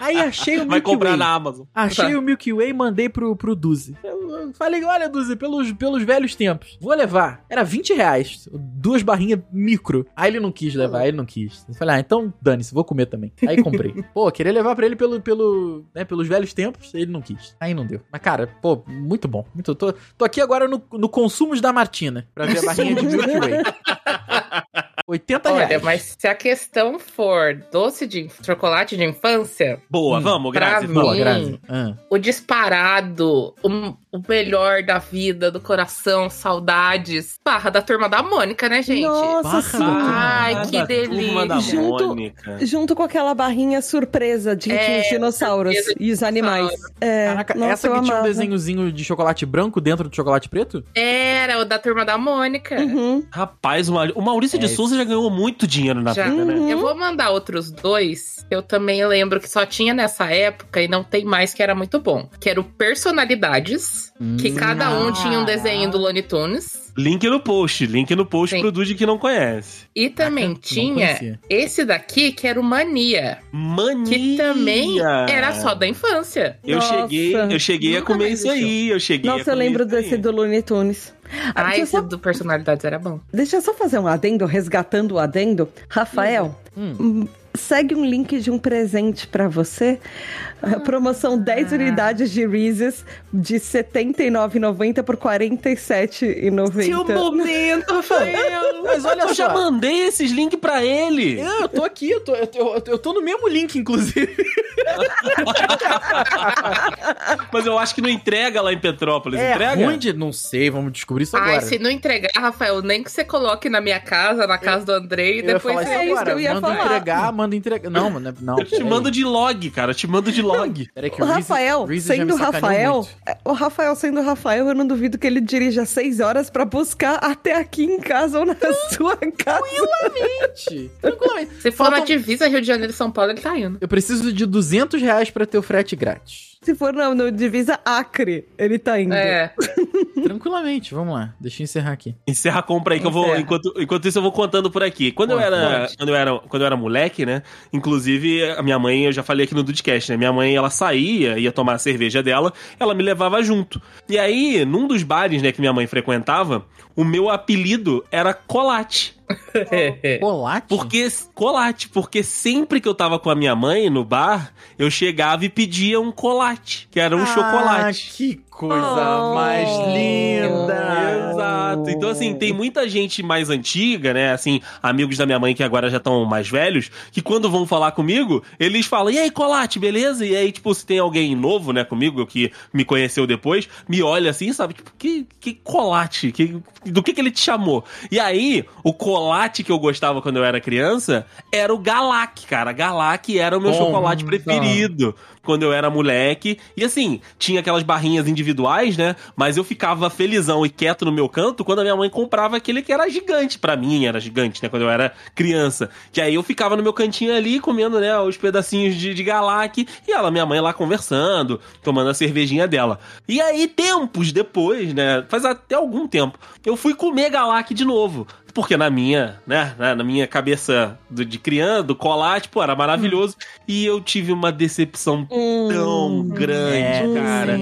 [SPEAKER 4] Aí achei o
[SPEAKER 5] Vai
[SPEAKER 4] Milky
[SPEAKER 5] comprar
[SPEAKER 4] Way.
[SPEAKER 5] na Amazon.
[SPEAKER 4] Achei
[SPEAKER 6] Tá.
[SPEAKER 4] o Milky Way e mandei pro, pro Duzi. Eu- eu Falei, olha, Duzi, pelos, pelos velhos tempos, vou levar. Era 20 reais, duas barrinhas micro. Aí ele não quis levar, ele não quis. Eu falei, ah, então dane-se, vou comer também. Aí comprei. pô, queria levar pra ele pelo, pelo, né, pelos velhos tempos, ele não quis. Aí não deu. Mas, cara, pô, muito bom. Muito, tô, tô aqui agora no, no Consumos da Martina, pra ver a barrinha de Milky Way. 80 reais.
[SPEAKER 6] Olha, mas se a questão for doce de chocolate de infância,
[SPEAKER 5] Boa,
[SPEAKER 4] Hum,
[SPEAKER 5] vamos,
[SPEAKER 6] pra
[SPEAKER 5] Grazi.
[SPEAKER 6] mim-
[SPEAKER 5] vamos.
[SPEAKER 4] Boa, Grazi. Ah.
[SPEAKER 6] o disparado, o, o melhor da vida, do coração, saudades. Barra da turma da Mônica, né, gente?
[SPEAKER 7] Nossa,
[SPEAKER 4] Barra da
[SPEAKER 7] sim.
[SPEAKER 4] Turma.
[SPEAKER 6] Ai,
[SPEAKER 5] Ah,
[SPEAKER 6] que
[SPEAKER 5] da Turma da
[SPEAKER 6] delícia.
[SPEAKER 7] Junto-
[SPEAKER 5] Mônica.
[SPEAKER 7] Junto com aquela barrinha surpresa de que
[SPEAKER 6] É,
[SPEAKER 7] tinha os dinossauros
[SPEAKER 6] surpresa
[SPEAKER 7] e os animais. É,
[SPEAKER 4] Caraca,
[SPEAKER 7] nossa,
[SPEAKER 4] essa
[SPEAKER 7] eu
[SPEAKER 4] que tinha um
[SPEAKER 7] amava.
[SPEAKER 4] desenhozinho de chocolate branco dentro do chocolate preto?
[SPEAKER 6] Era o da turma da
[SPEAKER 4] né?
[SPEAKER 6] Mônica.
[SPEAKER 7] Uhum.
[SPEAKER 5] Rapaz, o Mauri- o Maurício de
[SPEAKER 4] É
[SPEAKER 5] Souza já ganhou muito dinheiro na
[SPEAKER 6] Já. Hum.
[SPEAKER 5] vida, né?
[SPEAKER 7] Uhum.
[SPEAKER 6] Eu vou mandar outros dois. Eu também lembro que só tinha nessa época e não tem mais que era muito bom. Que era o Personalidades, que
[SPEAKER 4] Hum.
[SPEAKER 5] Hum.
[SPEAKER 6] cada
[SPEAKER 7] Ah.
[SPEAKER 6] um tinha um desenho do Lone Tunes.
[SPEAKER 5] Link no post, link no post
[SPEAKER 6] Sim.
[SPEAKER 5] pro Dude que não conhece.
[SPEAKER 6] E também tinha esse daqui que era o Mania,
[SPEAKER 5] Mania!
[SPEAKER 6] que também era só da infância.
[SPEAKER 5] Eu
[SPEAKER 7] Nossa.
[SPEAKER 5] cheguei, eu cheguei a
[SPEAKER 6] Nunca
[SPEAKER 5] comer
[SPEAKER 6] mais
[SPEAKER 5] isso aí, eu cheguei a
[SPEAKER 7] Nossa, eu
[SPEAKER 5] comer
[SPEAKER 7] lembro
[SPEAKER 5] isso aí.
[SPEAKER 7] desse do Looney Tunes. Ah,
[SPEAKER 6] Ah,
[SPEAKER 7] deixa, eu
[SPEAKER 4] então
[SPEAKER 6] esse
[SPEAKER 7] só,
[SPEAKER 6] do Personalidades era bom.
[SPEAKER 7] deixa eu só fazer um adendo, resgatando o adendo. Rafael, hum, segue um link de um presente pra você. A promoção 10 unidades de Reese's de R$ 79,90 por R$ 47,90.
[SPEAKER 6] momento, Rafael!
[SPEAKER 4] Mas olha
[SPEAKER 5] Eu já
[SPEAKER 4] só.
[SPEAKER 5] mandei esses links pra ele.
[SPEAKER 4] Ah, Eu, eu tô aqui, eu tô, eu, tô- eu tô- eu tô no mesmo link, inclusive.
[SPEAKER 5] Mas eu acho que não entrega lá em Petrópolis. entrega?
[SPEAKER 4] É de... Não sei, vamos descobrir isso
[SPEAKER 6] Ai,
[SPEAKER 4] agora.
[SPEAKER 6] se não entregar, Rafael, nem que você coloque na minha casa, na casa do Andrei, e
[SPEAKER 4] Eu ia
[SPEAKER 6] depois
[SPEAKER 4] falar
[SPEAKER 6] você
[SPEAKER 4] isso
[SPEAKER 7] É isso que
[SPEAKER 4] agora.
[SPEAKER 7] eu ia
[SPEAKER 4] manda
[SPEAKER 7] falar.
[SPEAKER 4] entregar, manda entregar. Não, mano, não.
[SPEAKER 5] Eu te
[SPEAKER 4] peraí.
[SPEAKER 5] mando de log, cara. Eu te mando de log.
[SPEAKER 4] Peraí que
[SPEAKER 7] O
[SPEAKER 4] Reese's-
[SPEAKER 7] Rafael,
[SPEAKER 4] Reese's já me
[SPEAKER 7] sendo o
[SPEAKER 4] sacaneou
[SPEAKER 7] Rafael, é,
[SPEAKER 4] muito.
[SPEAKER 7] o Rafael sendo o Rafael, eu não duvido que ele dirija seis horas pra buscar até aqui em casa ou na sua casa.
[SPEAKER 4] Gente, tranquilamente.
[SPEAKER 6] Se for
[SPEAKER 4] Faltam-
[SPEAKER 6] na divisa Rio de Janeiro e São Paulo, ele tá indo.
[SPEAKER 4] Eu preciso de 200 reais pra ter o frete grátis.
[SPEAKER 7] se for na, na divisa Acre, ele tá indo.
[SPEAKER 6] É.
[SPEAKER 4] Tranquilamente, vamos lá. Deixa eu encerrar aqui.
[SPEAKER 5] Encerra a compra aí que eu vou.
[SPEAKER 6] Encerra.
[SPEAKER 5] Enquanto, enquanto isso, eu vou contando por aqui. Quando eu,
[SPEAKER 4] Conte,
[SPEAKER 5] era,
[SPEAKER 4] conte.
[SPEAKER 5] quando, eu era, quando eu era moleque, né? Inclusive, a minha mãe, eu já falei aqui no Dudcast, né? Minha mãe, ela saía, ia tomar a cerveja dela, ela me levava junto. E aí, num dos bares, né, que minha mãe frequentava, o meu apelido era Colate.
[SPEAKER 4] É. Colate?
[SPEAKER 5] Porque colate, porque sempre que eu tava com a minha mãe no bar, eu chegava e pedia um colate, que era um
[SPEAKER 4] Ah,
[SPEAKER 5] chocolate.
[SPEAKER 4] Que coisa mais
[SPEAKER 6] Oh.
[SPEAKER 4] linda!
[SPEAKER 5] Exato. Então, assim, tem muita gente mais antiga, né? Assim, amigos da minha mãe que agora já estão mais velhos, que quando vão falar comigo, eles falam, e aí, colate, beleza? E aí, tipo, se tem alguém novo, né, comigo, que me conheceu depois, me olha assim, sabe? Tipo, que, que colate? Que, do que que ele te chamou? E aí, o colate que eu gostava quando eu era criança era o Galac, cara. Galac era o meu
[SPEAKER 4] Bom,
[SPEAKER 5] chocolate
[SPEAKER 4] tá.
[SPEAKER 5] preferido sentido quando eu era moleque. E assim, tinha aquelas barrinhas individuais, né? Mas eu ficava felizão e quieto no meu canto quando a minha mãe comprava aquele que era gigante. Pra mim era gigante, né? Quando eu era criança. Que aí eu ficava no meu cantinho ali comendo, né? Os pedacinhos de, de galac. E ela, minha mãe lá conversando, tomando a cervejinha dela. E aí, tempos depois, né? Faz até algum tempo, eu fui comer galac de novo. Porque na minha, né, na na minha cabeça do- de criança, do colate, pô, era maravilhoso. E eu tive uma decepção tão
[SPEAKER 4] É,
[SPEAKER 5] grande, cara.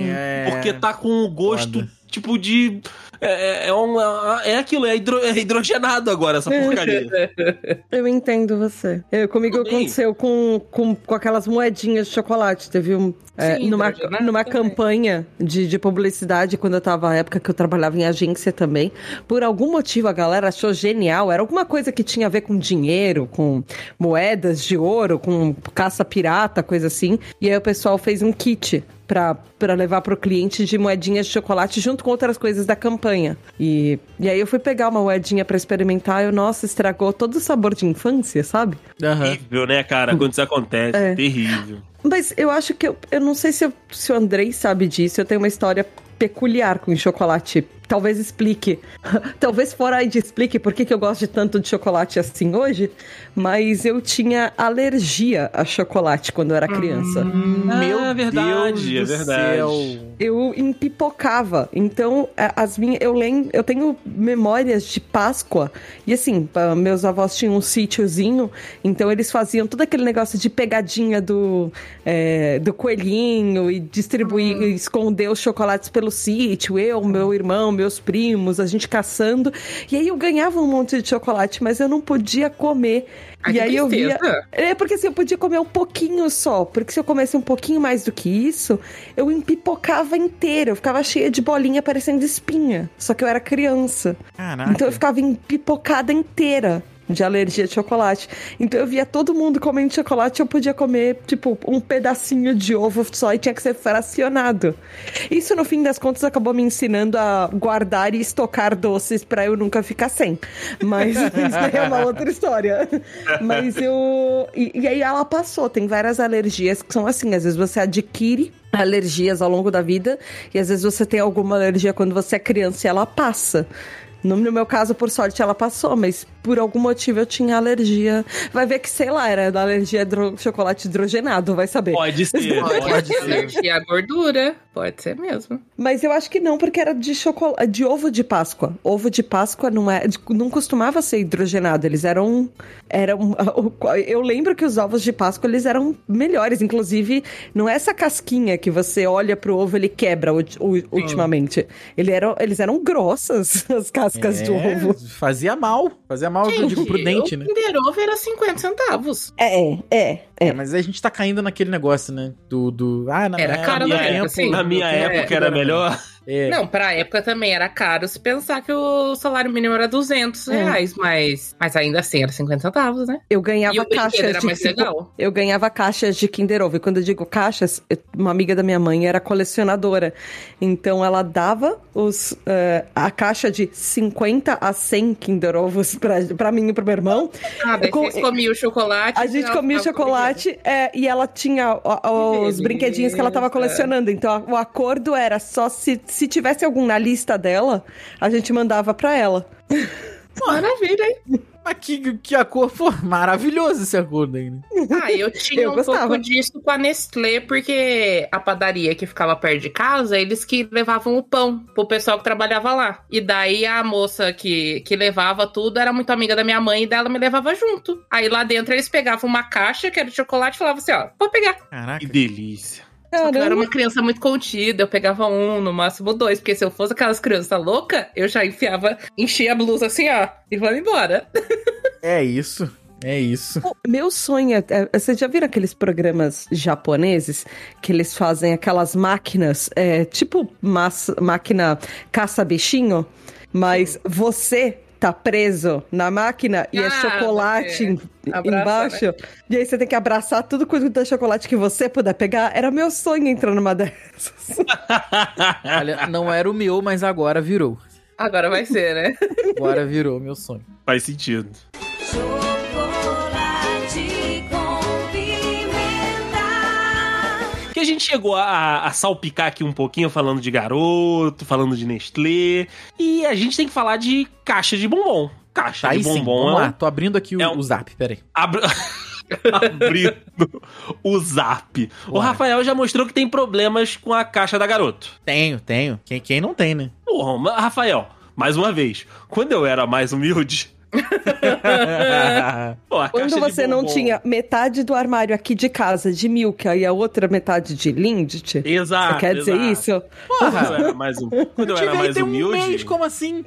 [SPEAKER 5] Porque tá com o gosto,
[SPEAKER 4] Foda.
[SPEAKER 5] tipo, de... É, é, é uma- é aquilo, é, hidro- é hidrogenado agora essa porcaria.
[SPEAKER 7] Eu entendo você. Eu- comigo
[SPEAKER 5] Tudo bem.
[SPEAKER 7] aconteceu com, com, com aquelas moedinhas de chocolate. Teve um. é,
[SPEAKER 6] Sim,
[SPEAKER 7] numa
[SPEAKER 6] hidrogenado
[SPEAKER 7] numa
[SPEAKER 6] também.
[SPEAKER 7] campanha de, de publicidade, quando eu tava na época que eu trabalhava em agência também. Por algum motivo a galera achou genial. Era alguma coisa que tinha a ver com dinheiro, com moedas de ouro, com caça pirata, coisa assim. E aí o pessoal fez um kit. Pra, pra levar pro cliente de moedinhas de chocolate junto com outras coisas da campanha. E, e aí eu fui pegar uma moedinha pra experimentar e eu, nossa, estragou todo o sabor de infância, sabe?
[SPEAKER 4] Aham.
[SPEAKER 5] Terrível, né, cara? Quando isso acontece,
[SPEAKER 7] É.
[SPEAKER 5] terrível.
[SPEAKER 7] Mas eu acho que eu, eu não sei se, eu- se o Andrei sabe disso. Eu tenho uma história peculiar com chocolate. Talvez explique. Talvez Freud explique por que, que eu gosto de tanto de chocolate assim hoje. Mas eu tinha alergia a chocolate quando eu era criança.
[SPEAKER 4] Meu
[SPEAKER 6] Ah,
[SPEAKER 5] é verdade,
[SPEAKER 4] Deus
[SPEAKER 5] é
[SPEAKER 4] do
[SPEAKER 5] verdade.
[SPEAKER 4] céu.
[SPEAKER 7] Eu empipocava. Então, a- as minhas. Eu lembro. Eu tenho memórias de Páscoa. E assim, pa- meus avós tinham um sítiozinho. Então eles faziam todo aquele negócio de pegadinha do, é, do coelhinho e
[SPEAKER 6] Uhum.
[SPEAKER 7] distribuir, e esconder os chocolates pelo sítio. Eu, meu irmão, meus primos, a gente caçando. E aí eu ganhava um monte de chocolate, mas eu não podia comer.
[SPEAKER 6] Ai,
[SPEAKER 7] e
[SPEAKER 6] que
[SPEAKER 7] aí eu via.
[SPEAKER 6] tristeza.
[SPEAKER 7] É porque assim, eu podia comer um pouquinho só. Porque se eu comesse um pouquinho mais do que isso, eu empipocava inteira. Eu ficava cheia de bolinha parecendo espinha. Só que eu era criança.
[SPEAKER 4] Caraca.
[SPEAKER 7] Então eu ficava empipocada inteira de alergia a chocolate. Então eu via todo mundo comendo chocolate, eu podia comer, tipo, um pedacinho de ovo só e tinha que ser fracionado. Isso, no fim das contas, acabou me ensinando a guardar e estocar doces pra eu nunca ficar sem. Mas isso aí é uma outra história. Mas eu. E, e aí ela passou. Tem várias alergias que são assim. Às vezes você adquire alergias ao longo da vida e às vezes você tem alguma alergia quando você é criança e ela passa. No no meu caso, por sorte, ela passou, mas por algum motivo eu tinha alergia. Vai ver que, sei lá, era da alergia a hidro- chocolate hidrogenado, vai saber.
[SPEAKER 5] Pode ser, pode ser.
[SPEAKER 6] Alergia à gordura. Pode ser mesmo.
[SPEAKER 7] Mas eu acho que não, porque era de chocolate, de ovo de Páscoa. Ovo de Páscoa não é, não costumava ser hidrogenado. Eles eram, eram. Eu lembro que os ovos de Páscoa eles eram melhores. Inclusive, não é essa casquinha que você olha pro ovo ele quebra ulti- u- ultimamente. Ele era, eles eram grossas as cascas de
[SPEAKER 4] É,
[SPEAKER 7] ovo.
[SPEAKER 4] Fazia mal. Fazia mal, eu digo, pro dente,
[SPEAKER 6] o
[SPEAKER 4] né?
[SPEAKER 6] Kinder Ovo era 50 centavos.
[SPEAKER 7] É, é,
[SPEAKER 4] É, mas a gente tá caindo naquele negócio, né? Do. do ah, na
[SPEAKER 6] Era
[SPEAKER 4] na
[SPEAKER 6] caro
[SPEAKER 4] minha
[SPEAKER 6] na época,
[SPEAKER 4] época,
[SPEAKER 6] sim.
[SPEAKER 5] assim, Na minha
[SPEAKER 6] É.
[SPEAKER 5] época era melhor.
[SPEAKER 4] É.
[SPEAKER 6] Não, pra época também era caro se pensar que o salário mínimo era 200
[SPEAKER 4] É.
[SPEAKER 6] reais, mas, mas ainda assim era 50 centavos, né?
[SPEAKER 7] Eu
[SPEAKER 6] E
[SPEAKER 7] ganhava
[SPEAKER 6] o brinquedo
[SPEAKER 7] caixas
[SPEAKER 6] era
[SPEAKER 7] de
[SPEAKER 6] mais legal.
[SPEAKER 7] Eu ganhava caixas de Kinder Ovo. E quando eu digo caixas, eu- uma amiga da minha mãe era colecionadora. Então ela dava os, eh, a caixa de 50 a 100 Kinder Ovos pra, pra mim e pro meu irmão.
[SPEAKER 6] Ah, daí
[SPEAKER 7] É Com-
[SPEAKER 6] vocês comiam o chocolate.
[SPEAKER 7] A gente
[SPEAKER 6] ela
[SPEAKER 7] comia o
[SPEAKER 6] ficava
[SPEAKER 7] chocolate eh, e ela tinha ó, ó, os
[SPEAKER 6] tá Que
[SPEAKER 7] brinquedinhos que ela tava
[SPEAKER 6] delícia.
[SPEAKER 7] colecionando. Então a- o acordo era só se, se tivesse algum na lista dela, a gente mandava pra ela.
[SPEAKER 6] comendo. Maravilha, hein?
[SPEAKER 4] Mas que, que a cor, pô, maravilhoso esse acordo aí, né?
[SPEAKER 6] Ah, eu tinha
[SPEAKER 7] Eu
[SPEAKER 6] um
[SPEAKER 7] gostava.
[SPEAKER 6] pouco disso com a Nestlé, porque a padaria que ficava perto de casa, eles que levavam o pão pro pessoal que trabalhava lá. E daí a moça que, que levava tudo era muito amiga da minha mãe e dela me levava junto. Aí lá dentro eles pegavam uma caixa que era de chocolate e falavam assim, ó, pode pegar.
[SPEAKER 5] Que
[SPEAKER 4] Caraca.
[SPEAKER 5] delícia.
[SPEAKER 6] Só que eu era
[SPEAKER 7] Caramba.
[SPEAKER 6] uma criança muito contida, eu pegava um, no máximo dois, porque se eu fosse aquelas crianças loucas, eu já enfiava, enchia a blusa assim, ó, e vou embora.
[SPEAKER 4] É isso. É isso.
[SPEAKER 7] Pô, Meu sonho é- é. Vocês já viram aqueles programas japoneses que eles fazem aquelas máquinas, é, tipo massa- máquina caça-bichinho, mas você tá preso na máquina e é
[SPEAKER 6] Ah,
[SPEAKER 7] chocolate
[SPEAKER 6] é.
[SPEAKER 7] em-
[SPEAKER 6] Abraça,
[SPEAKER 7] embaixo. E aí você tem que abraçar tudo quanto dá chocolate que você puder pegar. Era meu sonho entrar numa dessas.
[SPEAKER 4] Olha, não era o meu, mas agora virou.
[SPEAKER 6] Agora vai ser, né?
[SPEAKER 4] Agora virou meu sonho.
[SPEAKER 5] Faz sentido.
[SPEAKER 8] Chocolate com pimenta.
[SPEAKER 5] Que a gente chegou a, a salpicar aqui um pouquinho falando de garoto, falando de Nestlé. E a gente tem que falar de caixa de bombom. Caixa
[SPEAKER 4] Tá aí
[SPEAKER 5] de
[SPEAKER 4] sim,
[SPEAKER 5] bombom
[SPEAKER 4] vamos
[SPEAKER 5] é
[SPEAKER 4] lá.
[SPEAKER 5] um
[SPEAKER 4] Tô abrindo aqui o,
[SPEAKER 5] é um-
[SPEAKER 4] o zap, peraí.
[SPEAKER 5] Abra... Abrindo o zap. O
[SPEAKER 4] Uai.
[SPEAKER 5] Rafael já mostrou que tem problemas com a caixa da garoto.
[SPEAKER 4] Tenho, tenho. Quem, quem não tem, né?
[SPEAKER 5] Porra, ma- Rafael, mais uma vez, quando eu era mais humilde. pô, a
[SPEAKER 7] Quando
[SPEAKER 5] caixa de
[SPEAKER 7] você não
[SPEAKER 5] bombom-
[SPEAKER 7] tinha metade do armário aqui de casa de Milka e a outra metade de Lindt.
[SPEAKER 5] Exato.
[SPEAKER 7] você quer dizer
[SPEAKER 5] Ah, exato.
[SPEAKER 7] isso?
[SPEAKER 5] Quando eu era mais, hum- quando eu
[SPEAKER 4] Tive
[SPEAKER 5] era
[SPEAKER 4] aí
[SPEAKER 5] mais
[SPEAKER 4] tem
[SPEAKER 5] humilde.
[SPEAKER 4] um mês, como assim?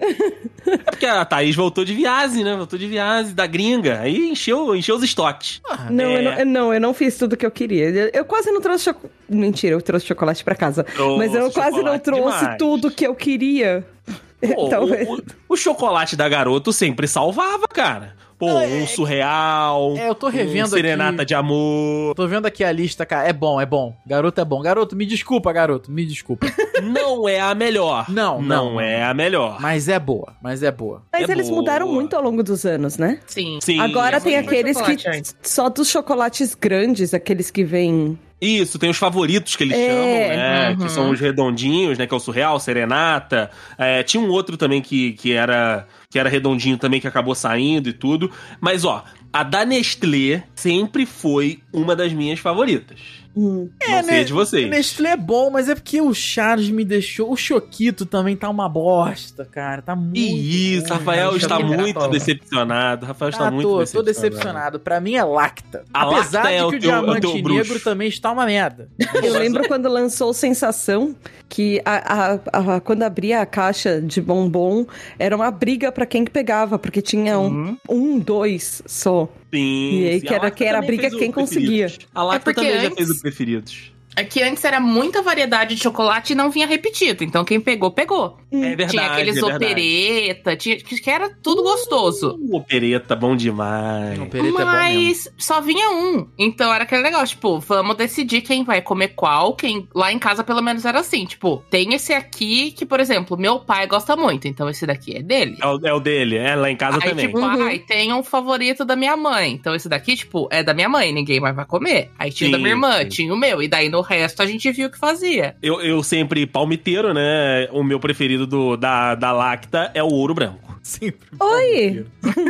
[SPEAKER 5] É porque a Thaís voltou de viagem, né? Voltou de viagem da gringa. Aí encheu, encheu os estoques.
[SPEAKER 4] Ah,
[SPEAKER 7] Não, eu não,
[SPEAKER 5] É.
[SPEAKER 7] eu não, eu não fiz tudo que eu queria. Eu, eu quase não trouxe chocolate. Mentira, eu trouxe chocolate pra casa. mas eu
[SPEAKER 5] Trouxe
[SPEAKER 7] quase não
[SPEAKER 5] chocolate
[SPEAKER 7] trouxe
[SPEAKER 5] demais.
[SPEAKER 7] tudo que eu queria.
[SPEAKER 5] Pô,
[SPEAKER 7] então,
[SPEAKER 5] o, o- o chocolate da garoto sempre salvava, cara. Pô, um surreal.
[SPEAKER 4] É, eu tô
[SPEAKER 5] um
[SPEAKER 4] revendo
[SPEAKER 5] Serenata
[SPEAKER 4] aqui.
[SPEAKER 5] de amor.
[SPEAKER 4] Tô vendo aqui a lista, cara. É bom, é bom. Garoto é bom. Garoto, me desculpa, garoto. Me desculpa.
[SPEAKER 5] Não é a melhor.
[SPEAKER 4] Não, não.
[SPEAKER 5] é a melhor.
[SPEAKER 4] Mas é boa, mas é boa.
[SPEAKER 7] mas
[SPEAKER 5] é
[SPEAKER 7] eles
[SPEAKER 5] boa.
[SPEAKER 7] mudaram muito ao longo dos anos, né?
[SPEAKER 6] Sim.
[SPEAKER 5] Sim.
[SPEAKER 7] Agora
[SPEAKER 6] sim.
[SPEAKER 7] tem
[SPEAKER 6] Foi
[SPEAKER 7] aqueles que.
[SPEAKER 6] chocolate antes.
[SPEAKER 7] Só dos chocolates grandes, aqueles que vêm.
[SPEAKER 5] Isso, tem os favoritos que eles
[SPEAKER 7] É,
[SPEAKER 5] chamam, né?
[SPEAKER 6] uhum.
[SPEAKER 5] Que são os redondinhos, né? Que é o Surreal, Serenata. É, tinha um outro também que, que era que era redondinho também, que acabou saindo e tudo. Mas, ó, a da Nestlé sempre foi uma das minhas favoritas.
[SPEAKER 7] Hum.
[SPEAKER 5] Não sei
[SPEAKER 4] né?
[SPEAKER 5] a de vocês.
[SPEAKER 4] O Nestlé é bom, mas é porque o Charles me deixou. O Choquito também tá uma bosta, cara. Tá muito.
[SPEAKER 5] E isso,
[SPEAKER 4] ruim,
[SPEAKER 5] Rafael
[SPEAKER 4] cara.
[SPEAKER 5] está
[SPEAKER 6] é
[SPEAKER 4] Choquito-
[SPEAKER 5] muito decepcionado. Rafael está
[SPEAKER 7] Tá,
[SPEAKER 4] Ah,
[SPEAKER 5] muito
[SPEAKER 4] tô, tô
[SPEAKER 5] decepcionado.
[SPEAKER 4] decepcionado. Pra mim é Lacta.
[SPEAKER 5] A
[SPEAKER 4] Apesar
[SPEAKER 5] Lacta é
[SPEAKER 4] de
[SPEAKER 5] o
[SPEAKER 4] que o,
[SPEAKER 5] teu- o teu
[SPEAKER 4] Diamante
[SPEAKER 5] bruxo.
[SPEAKER 4] Negro também está uma merda.
[SPEAKER 7] Eu lembro quando lançou Sensação, que a, a- a- quando abria a caixa de bombom, era uma briga pra quem que pegava, porque tinha um, um dois só.
[SPEAKER 5] Sim,
[SPEAKER 7] E aí
[SPEAKER 5] sim,
[SPEAKER 7] que
[SPEAKER 5] Uhum. a
[SPEAKER 7] era-
[SPEAKER 5] Lacta
[SPEAKER 7] que era a
[SPEAKER 5] também
[SPEAKER 7] briga
[SPEAKER 5] fez o
[SPEAKER 7] quem conseguia.
[SPEAKER 5] Preferidos. A Lacta
[SPEAKER 6] É porque
[SPEAKER 5] também já
[SPEAKER 6] antes-
[SPEAKER 5] fez o Preferidos.
[SPEAKER 6] É que antes era muita variedade de chocolate e não vinha repetido. Então quem pegou, pegou.
[SPEAKER 7] Hum.
[SPEAKER 5] É verdade,
[SPEAKER 6] tinha aqueles
[SPEAKER 5] é verdade.
[SPEAKER 6] opereta, tinha, que que era tudo gostoso.
[SPEAKER 5] Uh, opereta, bom demais.
[SPEAKER 4] O Pereta é bom mesmo.
[SPEAKER 6] Mas só vinha um. Então era aquele negócio, tipo, vamos decidir quem vai comer qual. Quem Lá em casa, pelo menos, era assim. Tipo, tem esse aqui que, por exemplo, meu pai gosta muito. Então esse daqui é dele.
[SPEAKER 5] É o, é o dele, é lá em casa
[SPEAKER 6] Aí,
[SPEAKER 5] também.
[SPEAKER 6] tipo,
[SPEAKER 7] Uhum.
[SPEAKER 6] ai, tem um favorito da minha mãe. Então, esse daqui, tipo, é da minha mãe, ninguém mais vai comer. Aí tinha o da
[SPEAKER 5] Sim,
[SPEAKER 6] minha irmã,
[SPEAKER 5] sim.
[SPEAKER 6] tinha o meu. E daí no resto a gente viu o que fazia.
[SPEAKER 5] Eu, eu sempre palmiteiro, né? O meu preferido do, da, da Lacta é o ouro branco.
[SPEAKER 4] Sempre.
[SPEAKER 7] Oi!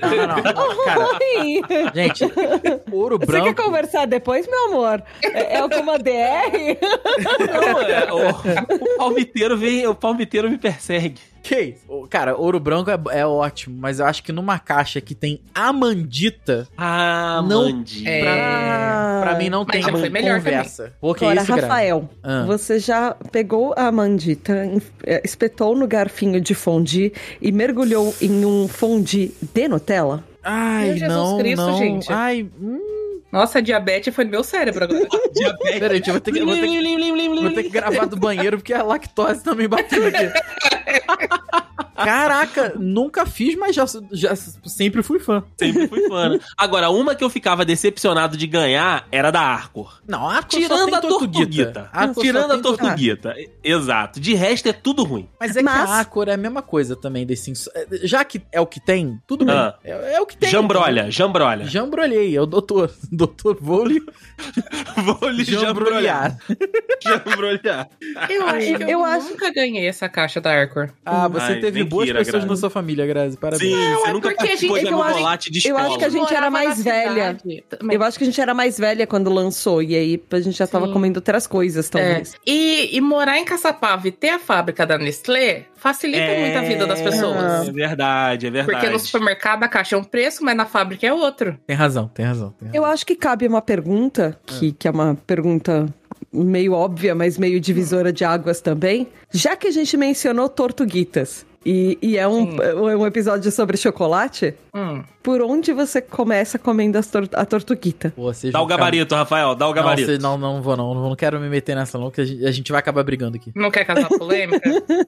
[SPEAKER 4] Não, não, não. Cara,
[SPEAKER 7] Oi!
[SPEAKER 4] gente, ouro
[SPEAKER 7] Você quer
[SPEAKER 4] branco.
[SPEAKER 7] conversar depois, meu amor? É, é alguma DR?
[SPEAKER 5] Não, é, o, o palmiteiro vem, o palmiteiro me persegue.
[SPEAKER 4] Que isso? Ô, Cara, ouro branco é, é ótimo, mas eu acho que numa caixa que tem amandita,
[SPEAKER 5] Ah,
[SPEAKER 4] Não.
[SPEAKER 5] Mandi.
[SPEAKER 6] É.
[SPEAKER 7] Ah.
[SPEAKER 4] pra, pra mim não
[SPEAKER 6] Mas
[SPEAKER 4] tem
[SPEAKER 6] já foi melhor
[SPEAKER 4] conversa. Porque
[SPEAKER 7] Agora,
[SPEAKER 4] isso, Grazi?
[SPEAKER 7] Rafael,
[SPEAKER 4] Ah.
[SPEAKER 7] você já pegou a mandita, é, espetou no garfinho de fondue e mergulhou em um fondue de Nutella?
[SPEAKER 4] Ai,
[SPEAKER 6] Meu Jesus
[SPEAKER 4] não,
[SPEAKER 6] Cristo,
[SPEAKER 4] não.
[SPEAKER 6] gente.
[SPEAKER 4] Ai, hum.
[SPEAKER 6] Nossa, a diabetes foi no meu cérebro agora.
[SPEAKER 5] Diabetes.
[SPEAKER 4] Peraí, gente, eu vou ter que, eu vou ter que, vou ter que gravar do banheiro porque a lactose também bateu aqui. Caraca, nunca fiz, mas já, já sempre fui fã.
[SPEAKER 5] Sempre fui fã. né? Agora, uma que eu ficava decepcionado de ganhar era da Arcor. Ah,
[SPEAKER 4] Não, a Arco só
[SPEAKER 5] Tirando
[SPEAKER 4] tem
[SPEAKER 5] a tortuguita.
[SPEAKER 4] Arco só
[SPEAKER 5] Tirando a
[SPEAKER 4] tem
[SPEAKER 5] tortuguita. Exato. De resto é tudo ruim.
[SPEAKER 4] Mas é
[SPEAKER 7] Mas-
[SPEAKER 4] que a Acor é a mesma coisa também desse ins- Já que é o que tem, tudo bem.
[SPEAKER 5] Ah.
[SPEAKER 4] É, é o que tem.
[SPEAKER 5] Jambrolha, jambrolha.
[SPEAKER 4] Jambrolhei, é o doutor. Doutor Vôlei
[SPEAKER 5] Vou lhe
[SPEAKER 4] jambrolhar.
[SPEAKER 5] Jambrolhar.
[SPEAKER 6] Eu acho que eu,
[SPEAKER 7] Eu acho-
[SPEAKER 6] nunca ganhei essa caixa da Arcor.
[SPEAKER 4] Ah, você
[SPEAKER 5] Ai,
[SPEAKER 4] teve teve boas
[SPEAKER 5] tranqueira,
[SPEAKER 4] pessoas na
[SPEAKER 5] Grazi.
[SPEAKER 4] sua família, Grazi. Parabéns.
[SPEAKER 5] Sim, você
[SPEAKER 6] é
[SPEAKER 5] nunca
[SPEAKER 6] porque a gente-
[SPEAKER 5] participou de
[SPEAKER 7] eu acho-
[SPEAKER 5] chocolate de
[SPEAKER 7] eu
[SPEAKER 5] escola.
[SPEAKER 7] acho que a gente
[SPEAKER 6] Morava
[SPEAKER 7] era
[SPEAKER 6] na
[SPEAKER 7] mais velha.
[SPEAKER 6] cidade também.
[SPEAKER 7] Eu acho que a gente era mais velha quando lançou, e aí a gente já tava
[SPEAKER 6] Sim.
[SPEAKER 7] comendo outras
[SPEAKER 6] É.
[SPEAKER 7] coisas, talvez.
[SPEAKER 6] E, e morar em Caçapava e ter a fábrica da Nestlé facilita muito a vida das pessoas.
[SPEAKER 5] É verdade, é verdade.
[SPEAKER 6] Porque no supermercado a caixa é um preço, mas na fábrica é outro.
[SPEAKER 4] Tem razão, tem razão. Tem razão.
[SPEAKER 7] Eu acho que cabe uma pergunta, que, que é uma pergunta meio óbvia, mas meio divisora de águas também. Já que a gente mencionou tortuguitas, e, e é, um,
[SPEAKER 6] Sim.
[SPEAKER 7] é um episódio sobre chocolate,
[SPEAKER 6] Hum.
[SPEAKER 7] por onde você começa comendo as tor- a tortuguita?
[SPEAKER 4] Pô, vocês
[SPEAKER 5] Dá o
[SPEAKER 4] vão ficar-
[SPEAKER 5] gabarito, Rafael, dá o
[SPEAKER 4] Não,
[SPEAKER 5] gabarito.
[SPEAKER 4] vocês- não, não vou não, não. Não quero me meter nessa não, que a gente, a gente vai acabar brigando aqui.
[SPEAKER 6] Não quer casar polêmica?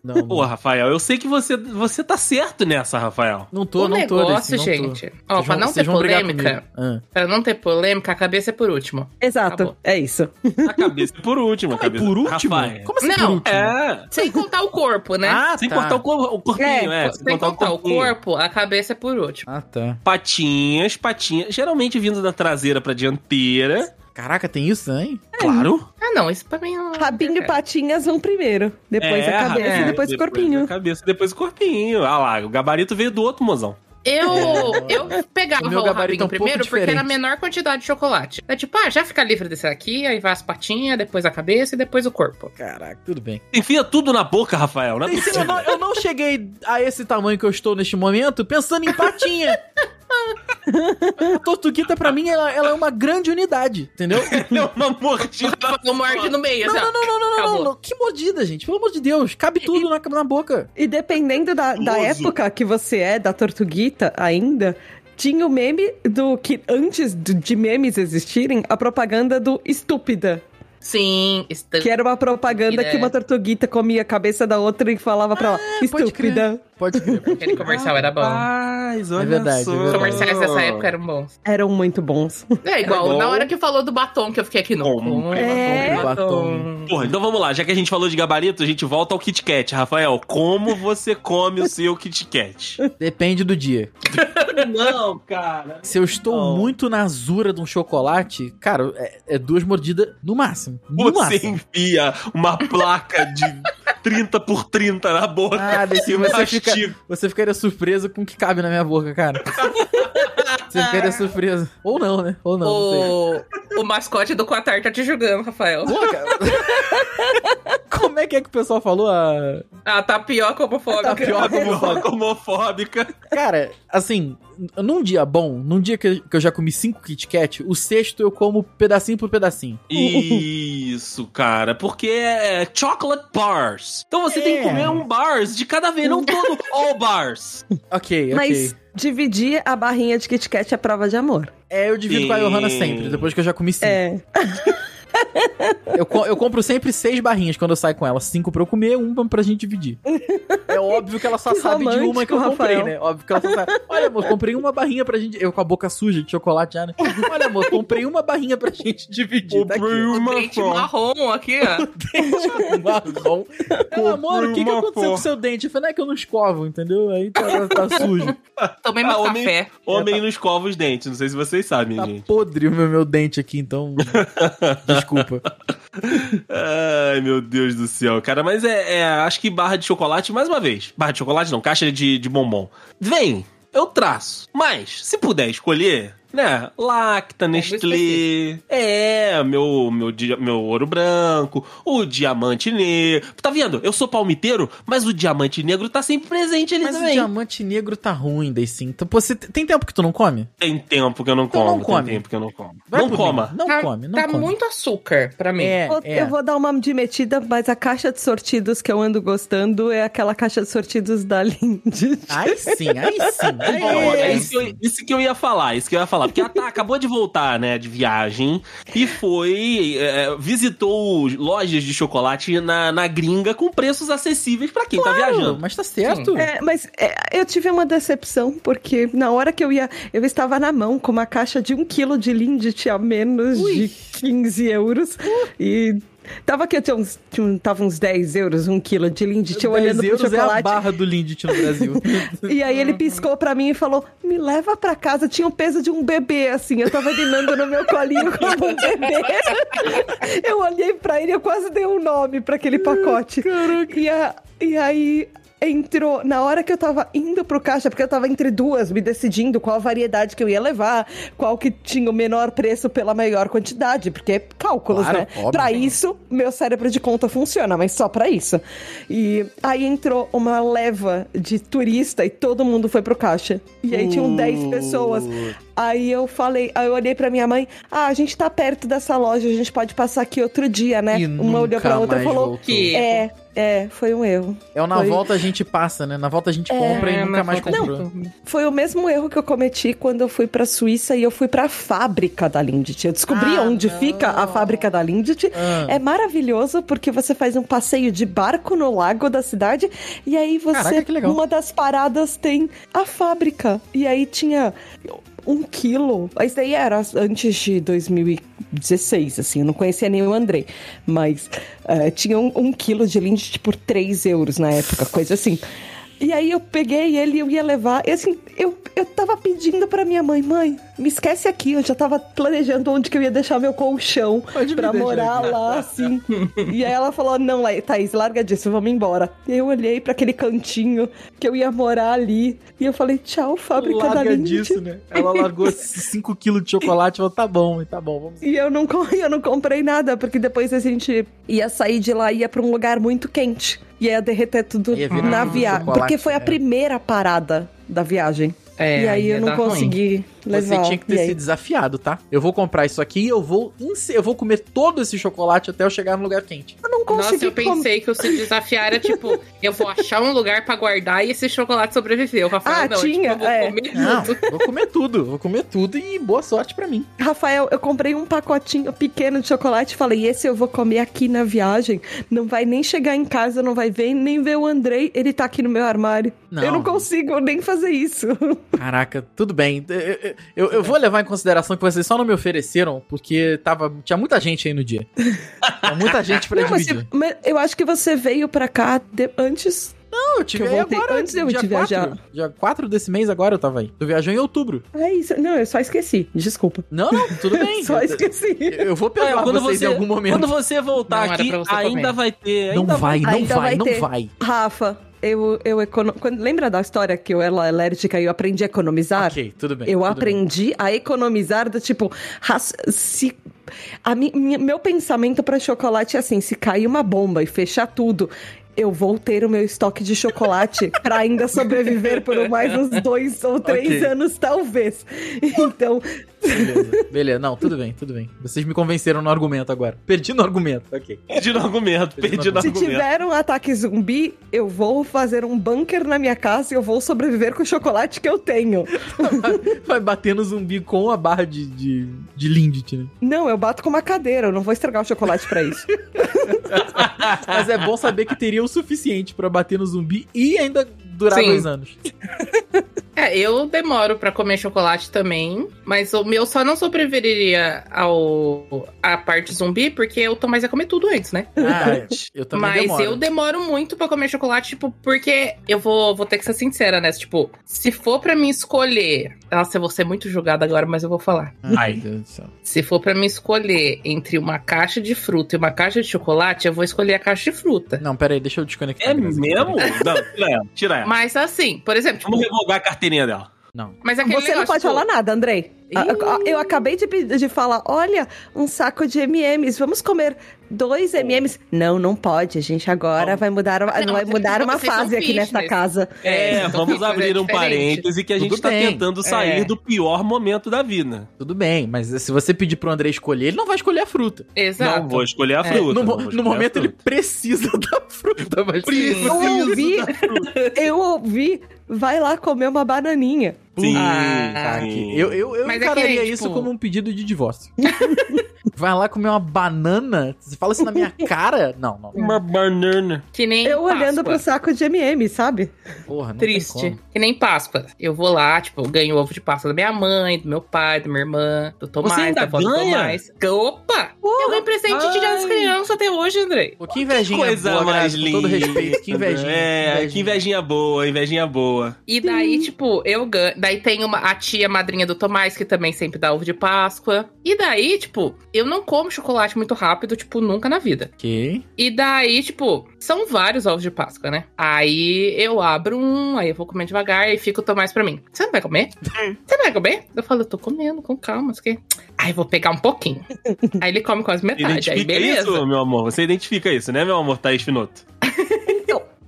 [SPEAKER 4] Não, não.
[SPEAKER 5] Pô, Rafael, eu sei que você, você tá certo nessa, Rafael.
[SPEAKER 4] não tô,
[SPEAKER 6] o
[SPEAKER 4] não tô.
[SPEAKER 6] negócio,
[SPEAKER 4] Desi, não tô.
[SPEAKER 6] gente. Ó,
[SPEAKER 4] Vocês
[SPEAKER 6] pra
[SPEAKER 4] vão-
[SPEAKER 6] não
[SPEAKER 4] vocês
[SPEAKER 6] ter
[SPEAKER 4] vão brigar
[SPEAKER 6] polêmica,
[SPEAKER 4] comigo. Ah.
[SPEAKER 6] pra não ter polêmica, a cabeça é por último.
[SPEAKER 7] Exato,
[SPEAKER 6] Acabou.
[SPEAKER 7] é isso.
[SPEAKER 5] A cabeça por último. a
[SPEAKER 4] Como é
[SPEAKER 5] cabeça.
[SPEAKER 4] por último?
[SPEAKER 5] Rafael.
[SPEAKER 4] Como assim
[SPEAKER 6] Não,
[SPEAKER 4] por último?
[SPEAKER 5] É.
[SPEAKER 6] Sem contar o corpo, né?
[SPEAKER 4] Ah,
[SPEAKER 5] Sem
[SPEAKER 4] tá.
[SPEAKER 5] cortar o, cor- o corpinho, é.
[SPEAKER 6] Sem contar, o
[SPEAKER 5] corpinho.
[SPEAKER 6] corpo, a cabeça é por último.
[SPEAKER 4] Ah, tá.
[SPEAKER 5] Patinhas, patinhas. Geralmente vindo da traseira pra dianteira.
[SPEAKER 4] Caraca, tem isso, hein?
[SPEAKER 5] Claro.
[SPEAKER 6] Ah, não, isso pra mim não.
[SPEAKER 7] Rabinho e patinhas vão primeiro, depois
[SPEAKER 5] É,
[SPEAKER 7] a cabeça
[SPEAKER 5] é,
[SPEAKER 7] e depois o corpinho.
[SPEAKER 5] a cabeça, depois o corpinho. Ah lá, o gabarito veio do outro mozão.
[SPEAKER 6] Eu, eu pegava
[SPEAKER 4] O meu
[SPEAKER 6] o,
[SPEAKER 4] gabarito
[SPEAKER 6] rabinho
[SPEAKER 4] é um pouco
[SPEAKER 6] primeiro porque
[SPEAKER 4] diferente.
[SPEAKER 6] era a menor quantidade de chocolate. É tipo, ah, já fica livre desse aqui, aí vai as patinhas, depois a cabeça e depois o corpo.
[SPEAKER 4] Caraca, tudo bem.
[SPEAKER 5] Enfia tudo na boca, Rafael. Não é
[SPEAKER 4] Eu
[SPEAKER 5] possível.
[SPEAKER 4] não, eu não cheguei a esse tamanho que eu estou neste momento pensando em patinha. A tortuguita, pra mim, ela, ela é uma grande unidade, entendeu?
[SPEAKER 5] Ele é uma mordida.
[SPEAKER 6] Eu morde no meio,
[SPEAKER 4] Não,
[SPEAKER 6] assim, ó.
[SPEAKER 4] não, não, não, não, não,
[SPEAKER 6] Acabou.
[SPEAKER 4] não. Que mordida, gente. Pelo amor de Deus. Cabe tudo na, na boca.
[SPEAKER 7] E dependendo da, da
[SPEAKER 5] Famoso.
[SPEAKER 7] época que você é, da tortuguita ainda, tinha o meme do que antes de de memes existirem, a propaganda do estúpida.
[SPEAKER 6] Sim, estamos.
[SPEAKER 7] Que era uma propaganda
[SPEAKER 6] Estúpida.
[SPEAKER 7] que
[SPEAKER 4] é.
[SPEAKER 7] uma tortuguita comia a cabeça da outra e falava pra ela,
[SPEAKER 4] Ah, pode
[SPEAKER 7] estúpida.
[SPEAKER 4] Pode crer.
[SPEAKER 6] Aquele comercial era bom.
[SPEAKER 5] Rapaz, olha
[SPEAKER 4] verdade,
[SPEAKER 5] só.
[SPEAKER 4] é
[SPEAKER 6] Os
[SPEAKER 4] verdade.
[SPEAKER 6] comerciais dessa época eram bons.
[SPEAKER 7] Eram muito bons.
[SPEAKER 6] É igual,
[SPEAKER 5] bom.
[SPEAKER 6] na hora que falou do batom, que eu fiquei aqui no.
[SPEAKER 5] Bom,
[SPEAKER 7] é,
[SPEAKER 5] Porra, então vamos lá. Já que a gente falou de gabarito, a gente volta ao Kit Kat. Rafael, como você come o seu Kit Kat?
[SPEAKER 4] Depende do dia.
[SPEAKER 5] Não, cara.
[SPEAKER 4] Se eu estou
[SPEAKER 5] Não.
[SPEAKER 4] muito na azura de um chocolate, cara, é, é duas mordidas no máximo. No
[SPEAKER 5] Você
[SPEAKER 4] máximo.
[SPEAKER 5] enfia uma placa de 30 por 30 na boca.
[SPEAKER 4] Ah, Desi,
[SPEAKER 5] e
[SPEAKER 4] você
[SPEAKER 5] mastiga.
[SPEAKER 4] fica, você ficaria surpreso com o que cabe na minha boca, cara. Você ficaria surpreso. Ou não, né? Ou não, não sei.
[SPEAKER 6] o, o mascote do Qatar tá te julgando, Rafael.
[SPEAKER 4] Pô, cara. Como é que é que o pessoal falou? Ah,
[SPEAKER 6] A tapioca homofóbica.
[SPEAKER 4] Tapioca.
[SPEAKER 5] Homofóbica, homofóbica.
[SPEAKER 4] Cara, assim, n- num dia bom, num dia que eu- que eu já comi cinco Kit Kat, o sexto eu como pedacinho por pedacinho.
[SPEAKER 5] Isso, cara, porque é chocolate bars. Então você tem que comer um bars de cada vez, não todo all bars.
[SPEAKER 4] Ok, ok.
[SPEAKER 7] Mas dividir a barrinha de Kit Kat é prova de amor.
[SPEAKER 4] É, eu divido com a
[SPEAKER 5] Sim.
[SPEAKER 4] Johanna sempre, depois que eu já comi cinco.
[SPEAKER 7] É.
[SPEAKER 4] Eu, co- eu compro sempre seis barrinhas quando eu saio com ela. Cinco pra eu comer, uma pra gente dividir. É óbvio que ela só
[SPEAKER 7] Que
[SPEAKER 4] sabe de uma que eu
[SPEAKER 7] romântico,
[SPEAKER 4] comprei,
[SPEAKER 7] Rafael.
[SPEAKER 4] né? Óbvio que ela só sabe. Olha, amor, comprei uma barrinha pra gente. Eu com a boca suja de chocolate já, né? Olha, amor, comprei uma barrinha pra gente dividir. Tá aqui, ó.
[SPEAKER 6] O dente marrom aqui, ó.
[SPEAKER 4] marrom. Um Ela, amor, o que, que
[SPEAKER 5] uma
[SPEAKER 4] aconteceu com
[SPEAKER 5] porra.
[SPEAKER 4] o seu dente? Eu falei, não é que eu não escovo, entendeu? Aí tá, tá sujo.
[SPEAKER 6] Tomei meu
[SPEAKER 5] Ah, homem-
[SPEAKER 6] café.
[SPEAKER 5] Homem nos covos dentes, não sei se vocês sabem,
[SPEAKER 4] Tá
[SPEAKER 5] gente.
[SPEAKER 4] podre o meu, meu dente aqui, então. Desculpa.
[SPEAKER 5] Ai, meu Deus do céu, cara. Mas é, é, acho que barra de chocolate, mais uma vez. Barra de chocolate não, caixa de, de bombom. Vem, eu traço. Mas, se puder escolher, né? Lacta, Nestlé.
[SPEAKER 6] específico.
[SPEAKER 5] É, meu, meu, dia- meu ouro branco, o diamante negro. Tá vendo? Eu sou palmiteiro, mas o diamante negro tá sempre presente ali
[SPEAKER 4] Mas o
[SPEAKER 5] também.
[SPEAKER 4] diamante negro tá ruim, daí sim. Então, pô, você tem tem tempo que tu não come?
[SPEAKER 5] Tem tempo que eu não
[SPEAKER 4] Então
[SPEAKER 5] como.
[SPEAKER 4] não come.
[SPEAKER 5] Tem tempo que eu não como.
[SPEAKER 4] Vai
[SPEAKER 5] não
[SPEAKER 4] pro
[SPEAKER 5] coma.
[SPEAKER 4] meio. Não
[SPEAKER 6] tá
[SPEAKER 4] come, não
[SPEAKER 6] tá
[SPEAKER 4] come.
[SPEAKER 6] muito açúcar pra mim.
[SPEAKER 4] É,
[SPEAKER 7] Eu-
[SPEAKER 4] é.
[SPEAKER 7] Eu vou dar uma de metida, mas a caixa de sortidos que eu ando gostando é aquela caixa de sortidos da Lindy.
[SPEAKER 4] Aí sim, aí sim. Aí,
[SPEAKER 5] Bom, é
[SPEAKER 4] aí
[SPEAKER 5] isso, que
[SPEAKER 4] sim.
[SPEAKER 5] eu, isso que eu ia falar, isso que eu ia falar. Porque ela tá- acabou de voltar, né, de viagem e foi. é, visitou lojas de chocolate na, na gringa com preços acessíveis pra quem tá viajando.
[SPEAKER 4] Mas tá certo.
[SPEAKER 7] É, mas é, eu tive uma decepção, porque na hora que eu ia, eu estava na mão com uma caixa de um quilo de Lindt a menos de 15 euros. E tava que eu tinha uns, tinha um- tava uns 10 euros, um quilo de Lindt,
[SPEAKER 4] 10
[SPEAKER 7] eu olhando pro
[SPEAKER 4] euros é a
[SPEAKER 7] chocolate.
[SPEAKER 4] barra do Lindt no Brasil.
[SPEAKER 7] e aí ele piscou pra mim e falou: Me leva pra casa. Tinha o peso de um bebê, assim. Eu tava guinando no meu colinho como um bebê. eu olhei pra ele, eu quase dei um nome pra aquele pacote. E, a- e aí entrou na hora que eu tava indo pro caixa, porque eu tava entre duas, me decidindo qual variedade que eu ia levar, qual que tinha o menor preço pela maior quantidade, porque é cálculos,
[SPEAKER 9] Claro,
[SPEAKER 7] né?
[SPEAKER 9] óbvio.
[SPEAKER 7] Pra isso, meu cérebro de conta funciona, mas só pra isso. E aí entrou uma leva de turista e todo mundo foi pro caixa. E aí tinham 10 pessoas. Aí eu falei, aí eu olhei pra minha mãe, ah, a gente tá perto dessa loja, a gente pode passar aqui outro dia, né?
[SPEAKER 9] E
[SPEAKER 7] uma olhou pra
[SPEAKER 9] nunca
[SPEAKER 7] outra e
[SPEAKER 9] mais
[SPEAKER 7] falou,
[SPEAKER 9] voltou.
[SPEAKER 6] que-
[SPEAKER 7] é, é, foi um erro.
[SPEAKER 9] É, na
[SPEAKER 7] Foi. É,
[SPEAKER 9] volta a gente passa, né? Na volta a gente compra e
[SPEAKER 6] Ah,
[SPEAKER 9] nunca mais comprou.
[SPEAKER 7] Foi o mesmo erro que eu cometi quando eu fui pra Suíça e eu fui pra fábrica da Lindt. Eu descobri
[SPEAKER 9] Ah,
[SPEAKER 7] onde
[SPEAKER 9] não.
[SPEAKER 7] fica a fábrica da Lindt.
[SPEAKER 9] Ah.
[SPEAKER 7] É maravilhoso porque você faz um passeio de barco no lago da cidade e aí você
[SPEAKER 9] Caraca, que legal.
[SPEAKER 7] uma das paradas tem a fábrica e aí tinha um quilo. Isso daí era antes de 2016, assim, eu não conhecia nem o Andrei. Mas eh, tinha um, um quilo de Lindt por 3 euros na época, coisa assim. E aí eu peguei ele e eu ia levar. E assim, eu, eu tava pedindo pra minha mãe, mãe, me esquece aqui. Eu já tava planejando onde que eu ia deixar meu colchão
[SPEAKER 4] Pode me
[SPEAKER 7] pra
[SPEAKER 4] deixar
[SPEAKER 7] morar
[SPEAKER 4] aqui.
[SPEAKER 7] lá, assim. e aí ela falou, não, Lai- Thaís, larga disso, vamos embora. E eu olhei pra aquele cantinho que eu ia morar ali. E eu falei, tchau, fábrica da
[SPEAKER 4] Larga
[SPEAKER 7] Lindt.
[SPEAKER 4] disso, né? Ela largou 5 quilos de chocolate e falou, tá bom, tá bom, vamos...
[SPEAKER 7] E eu não, com- eu não comprei nada, porque depois a gente ia sair de lá e ia pra um lugar muito quente. E ia derreter tudo
[SPEAKER 9] Ia virar
[SPEAKER 7] na
[SPEAKER 9] tudo
[SPEAKER 7] viagem.
[SPEAKER 9] chocolate,
[SPEAKER 7] Porque foi a
[SPEAKER 9] né?
[SPEAKER 7] primeira parada da viagem.
[SPEAKER 6] É,
[SPEAKER 7] e aí
[SPEAKER 6] ia
[SPEAKER 7] eu não
[SPEAKER 6] dar ruim.
[SPEAKER 7] consegui levar.
[SPEAKER 4] Você tinha que ter
[SPEAKER 7] E aí?
[SPEAKER 4] se desafiado, tá? Eu vou comprar isso aqui e eu vou, ence- eu vou comer todo esse chocolate até eu chegar no lugar quente.
[SPEAKER 7] Eu não consegui.
[SPEAKER 6] Nossa, eu
[SPEAKER 7] com-
[SPEAKER 6] pensei que o se desafiar era tipo, eu vou achar um lugar pra guardar e esse chocolate sobreviveu. O Rafael,
[SPEAKER 7] Ah,
[SPEAKER 6] não, tipo,
[SPEAKER 7] tinha,
[SPEAKER 6] eu vou
[SPEAKER 7] é.
[SPEAKER 6] comer
[SPEAKER 4] Não,
[SPEAKER 6] tudo.
[SPEAKER 4] vou comer tudo, vou comer tudo e boa sorte pra mim.
[SPEAKER 7] Rafael, eu comprei um pacotinho pequeno de chocolate e falei: esse eu vou comer aqui na viagem. Não vai nem chegar em casa, não vai ver, nem ver o Andrei. Ele tá aqui no meu armário. Eu não consigo nem fazer isso.
[SPEAKER 9] Caraca, tudo bem. Eu, eu- eu- eu vou levar em consideração que vocês só não me ofereceram, porque tava, tinha muita gente aí no dia. Tinha muita gente pra
[SPEAKER 7] Não, mas,
[SPEAKER 9] dividir.
[SPEAKER 7] você- mas eu acho que você veio pra cá de- antes
[SPEAKER 9] Não, eu tive
[SPEAKER 7] que eu
[SPEAKER 9] aí
[SPEAKER 7] voltei
[SPEAKER 9] agora,
[SPEAKER 7] antes de eu
[SPEAKER 9] dia
[SPEAKER 7] te viajar.
[SPEAKER 9] 4, dia 4 desse mês agora eu tava aí. Tu viajou em outubro.
[SPEAKER 7] É isso. Não, eu só esqueci. Desculpa.
[SPEAKER 9] Não, não, tudo bem.
[SPEAKER 7] só
[SPEAKER 9] eu,
[SPEAKER 7] esqueci.
[SPEAKER 9] eu vou perdoar
[SPEAKER 5] É, quando
[SPEAKER 9] vocês
[SPEAKER 5] você-
[SPEAKER 9] em algum momento.
[SPEAKER 5] Quando você voltar
[SPEAKER 6] Não era
[SPEAKER 5] aqui,
[SPEAKER 6] pra você
[SPEAKER 5] ainda
[SPEAKER 6] comer.
[SPEAKER 5] vai ter.
[SPEAKER 9] Não
[SPEAKER 5] ainda
[SPEAKER 9] vai, não
[SPEAKER 7] ainda
[SPEAKER 9] vai,
[SPEAKER 7] vai
[SPEAKER 9] não
[SPEAKER 7] ter.
[SPEAKER 9] vai.
[SPEAKER 7] Rafa, eu, eu econo... Quando, lembra da história que eu era alérgica e eu aprendi a economizar?
[SPEAKER 9] Ok, tudo bem.
[SPEAKER 7] Eu
[SPEAKER 9] tudo
[SPEAKER 7] aprendi a economizar do tipo, ras- se a mi- minha- meu pensamento pra chocolate é assim, se cair uma bomba e fechar tudo, eu vou ter o meu estoque de chocolate pra ainda sobreviver por mais uns dois ou três
[SPEAKER 9] Ok.
[SPEAKER 7] anos talvez. Então,
[SPEAKER 9] bem. Beleza, beleza. Não, tudo bem, tudo bem. Vocês me convenceram no argumento agora. Perdi no argumento, ok.
[SPEAKER 5] Perdi no argumento, perdi no
[SPEAKER 7] se
[SPEAKER 5] argumento.
[SPEAKER 7] tiver um ataque zumbi, eu vou fazer um bunker na minha casa e eu vou sobreviver com o chocolate que eu tenho.
[SPEAKER 9] Vai batendo zumbi com a barra de, de, de Lindt, né?
[SPEAKER 7] Não, eu bato com uma cadeira, eu não vou estragar o chocolate pra isso.
[SPEAKER 9] Mas é bom saber que teria o suficiente pra bater no zumbi e ainda durar
[SPEAKER 6] Sim.
[SPEAKER 9] dois anos.
[SPEAKER 6] É, eu demoro pra comer chocolate também, mas o meu só não sobreviveria ao à parte zumbi porque eu tô mais a comer tudo antes, né?
[SPEAKER 9] Ah, eu também
[SPEAKER 6] mas
[SPEAKER 9] demoro.
[SPEAKER 6] eu demoro muito pra comer chocolate, tipo, porque eu vou, vou ter que ser sincera, né? Tipo, se for pra mim escolher, nossa, eu vou ser muito julgada agora, mas eu vou falar.
[SPEAKER 9] Ai, meu Deus do céu.
[SPEAKER 6] Se for pra mim escolher entre uma caixa de fruta e uma caixa de chocolate, eu vou escolher a caixa de fruta.
[SPEAKER 9] Não, pera aí, deixa eu desconectar.
[SPEAKER 5] É
[SPEAKER 9] a Grazi aqui,
[SPEAKER 5] mesmo?
[SPEAKER 9] peraí.
[SPEAKER 5] Não, tira ela, tira ela.
[SPEAKER 6] Mas assim, por exemplo, tipo,
[SPEAKER 5] Vamos revogar a carteirinha dela.
[SPEAKER 6] mas aquele
[SPEAKER 7] Você não
[SPEAKER 6] negócio,
[SPEAKER 7] pode
[SPEAKER 6] tipo,
[SPEAKER 7] falar nada, Andrei. A- a- Eu acabei de, pe- de falar, olha, um saco de MMs, vamos comer dois MMs. Não, não pode, a gente agora vai mudar, uma-
[SPEAKER 6] Não,
[SPEAKER 7] vai
[SPEAKER 6] vocês-
[SPEAKER 7] mudar uma
[SPEAKER 6] vocês são
[SPEAKER 7] fase aqui
[SPEAKER 6] fitness.
[SPEAKER 7] nessa casa.
[SPEAKER 5] É,
[SPEAKER 6] então
[SPEAKER 5] vamos
[SPEAKER 6] fica
[SPEAKER 5] abrir um
[SPEAKER 6] diferente.
[SPEAKER 5] parêntese que a
[SPEAKER 9] Tudo
[SPEAKER 5] gente tá
[SPEAKER 9] bem.
[SPEAKER 5] tentando sair
[SPEAKER 6] É.
[SPEAKER 5] do pior momento da vida.
[SPEAKER 9] Tudo bem, mas se você pedir pro André escolher, ele não vai escolher a fruta.
[SPEAKER 6] Exato.
[SPEAKER 5] Não vou escolher a
[SPEAKER 6] É.
[SPEAKER 5] fruta.
[SPEAKER 9] No,
[SPEAKER 5] não
[SPEAKER 9] mo-
[SPEAKER 5] vou escolher
[SPEAKER 9] no
[SPEAKER 5] a
[SPEAKER 9] momento ele
[SPEAKER 5] fruta.
[SPEAKER 9] precisa da fruta, mas
[SPEAKER 6] Precisa.
[SPEAKER 7] Eu ouvi,
[SPEAKER 9] tá
[SPEAKER 7] eu ouvi, vai lá comer uma bananinha.
[SPEAKER 5] Sim,
[SPEAKER 6] Ah,
[SPEAKER 5] sim.
[SPEAKER 9] Eu, eu, eu
[SPEAKER 6] Mas é que,
[SPEAKER 9] encararia
[SPEAKER 6] tipo-
[SPEAKER 9] isso como um pedido de divórcio. vai lá comer uma banana? Você fala isso na minha cara? Não, não.
[SPEAKER 5] Uma banana.
[SPEAKER 6] Que nem
[SPEAKER 7] Eu olhando
[SPEAKER 6] Páscoa.
[SPEAKER 7] pro saco de MM, sabe?
[SPEAKER 9] Porra, não tem
[SPEAKER 6] Triste.
[SPEAKER 9] como.
[SPEAKER 6] Que nem Páscoa. Eu vou lá, tipo, eu ganho ovo de Páscoa da minha mãe, do meu pai, da minha irmã, do Tomás,
[SPEAKER 5] ainda
[SPEAKER 6] da avó do
[SPEAKER 5] ganha?
[SPEAKER 6] Tomás. Opa! eu ganhei presente de Dia das
[SPEAKER 5] ai.
[SPEAKER 6] Crianças até hoje, Andrei.
[SPEAKER 9] Pô, que invejinha
[SPEAKER 5] Coisa
[SPEAKER 9] boa,
[SPEAKER 5] mais
[SPEAKER 9] Grazi,
[SPEAKER 5] linda.
[SPEAKER 9] Com todo respeito, que invejinha.
[SPEAKER 5] É, que invejinha boa, invejinha boa.
[SPEAKER 6] E daí, tipo, eu ganho. Daí tem uma, a tia madrinha do Tomás, que também sempre dá ovo de Páscoa. E daí, tipo, eu não como chocolate muito rápido, tipo, nunca na vida.
[SPEAKER 4] Ok.
[SPEAKER 6] E daí, tipo, são vários ovos de Páscoa, né? Aí eu abro um, aí eu vou comer devagar e fico mais pra mim. Você não vai comer?
[SPEAKER 7] Hum.
[SPEAKER 6] Você não vai comer? Eu falo, eu tô comendo, com calma, não sei o quê. Aí eu vou pegar um pouquinho. aí ele come quase metade, Ah, aí
[SPEAKER 5] Identifica
[SPEAKER 6] beleza.
[SPEAKER 5] isso, meu amor? Você identifica isso, né, meu amor Thaís Finoto?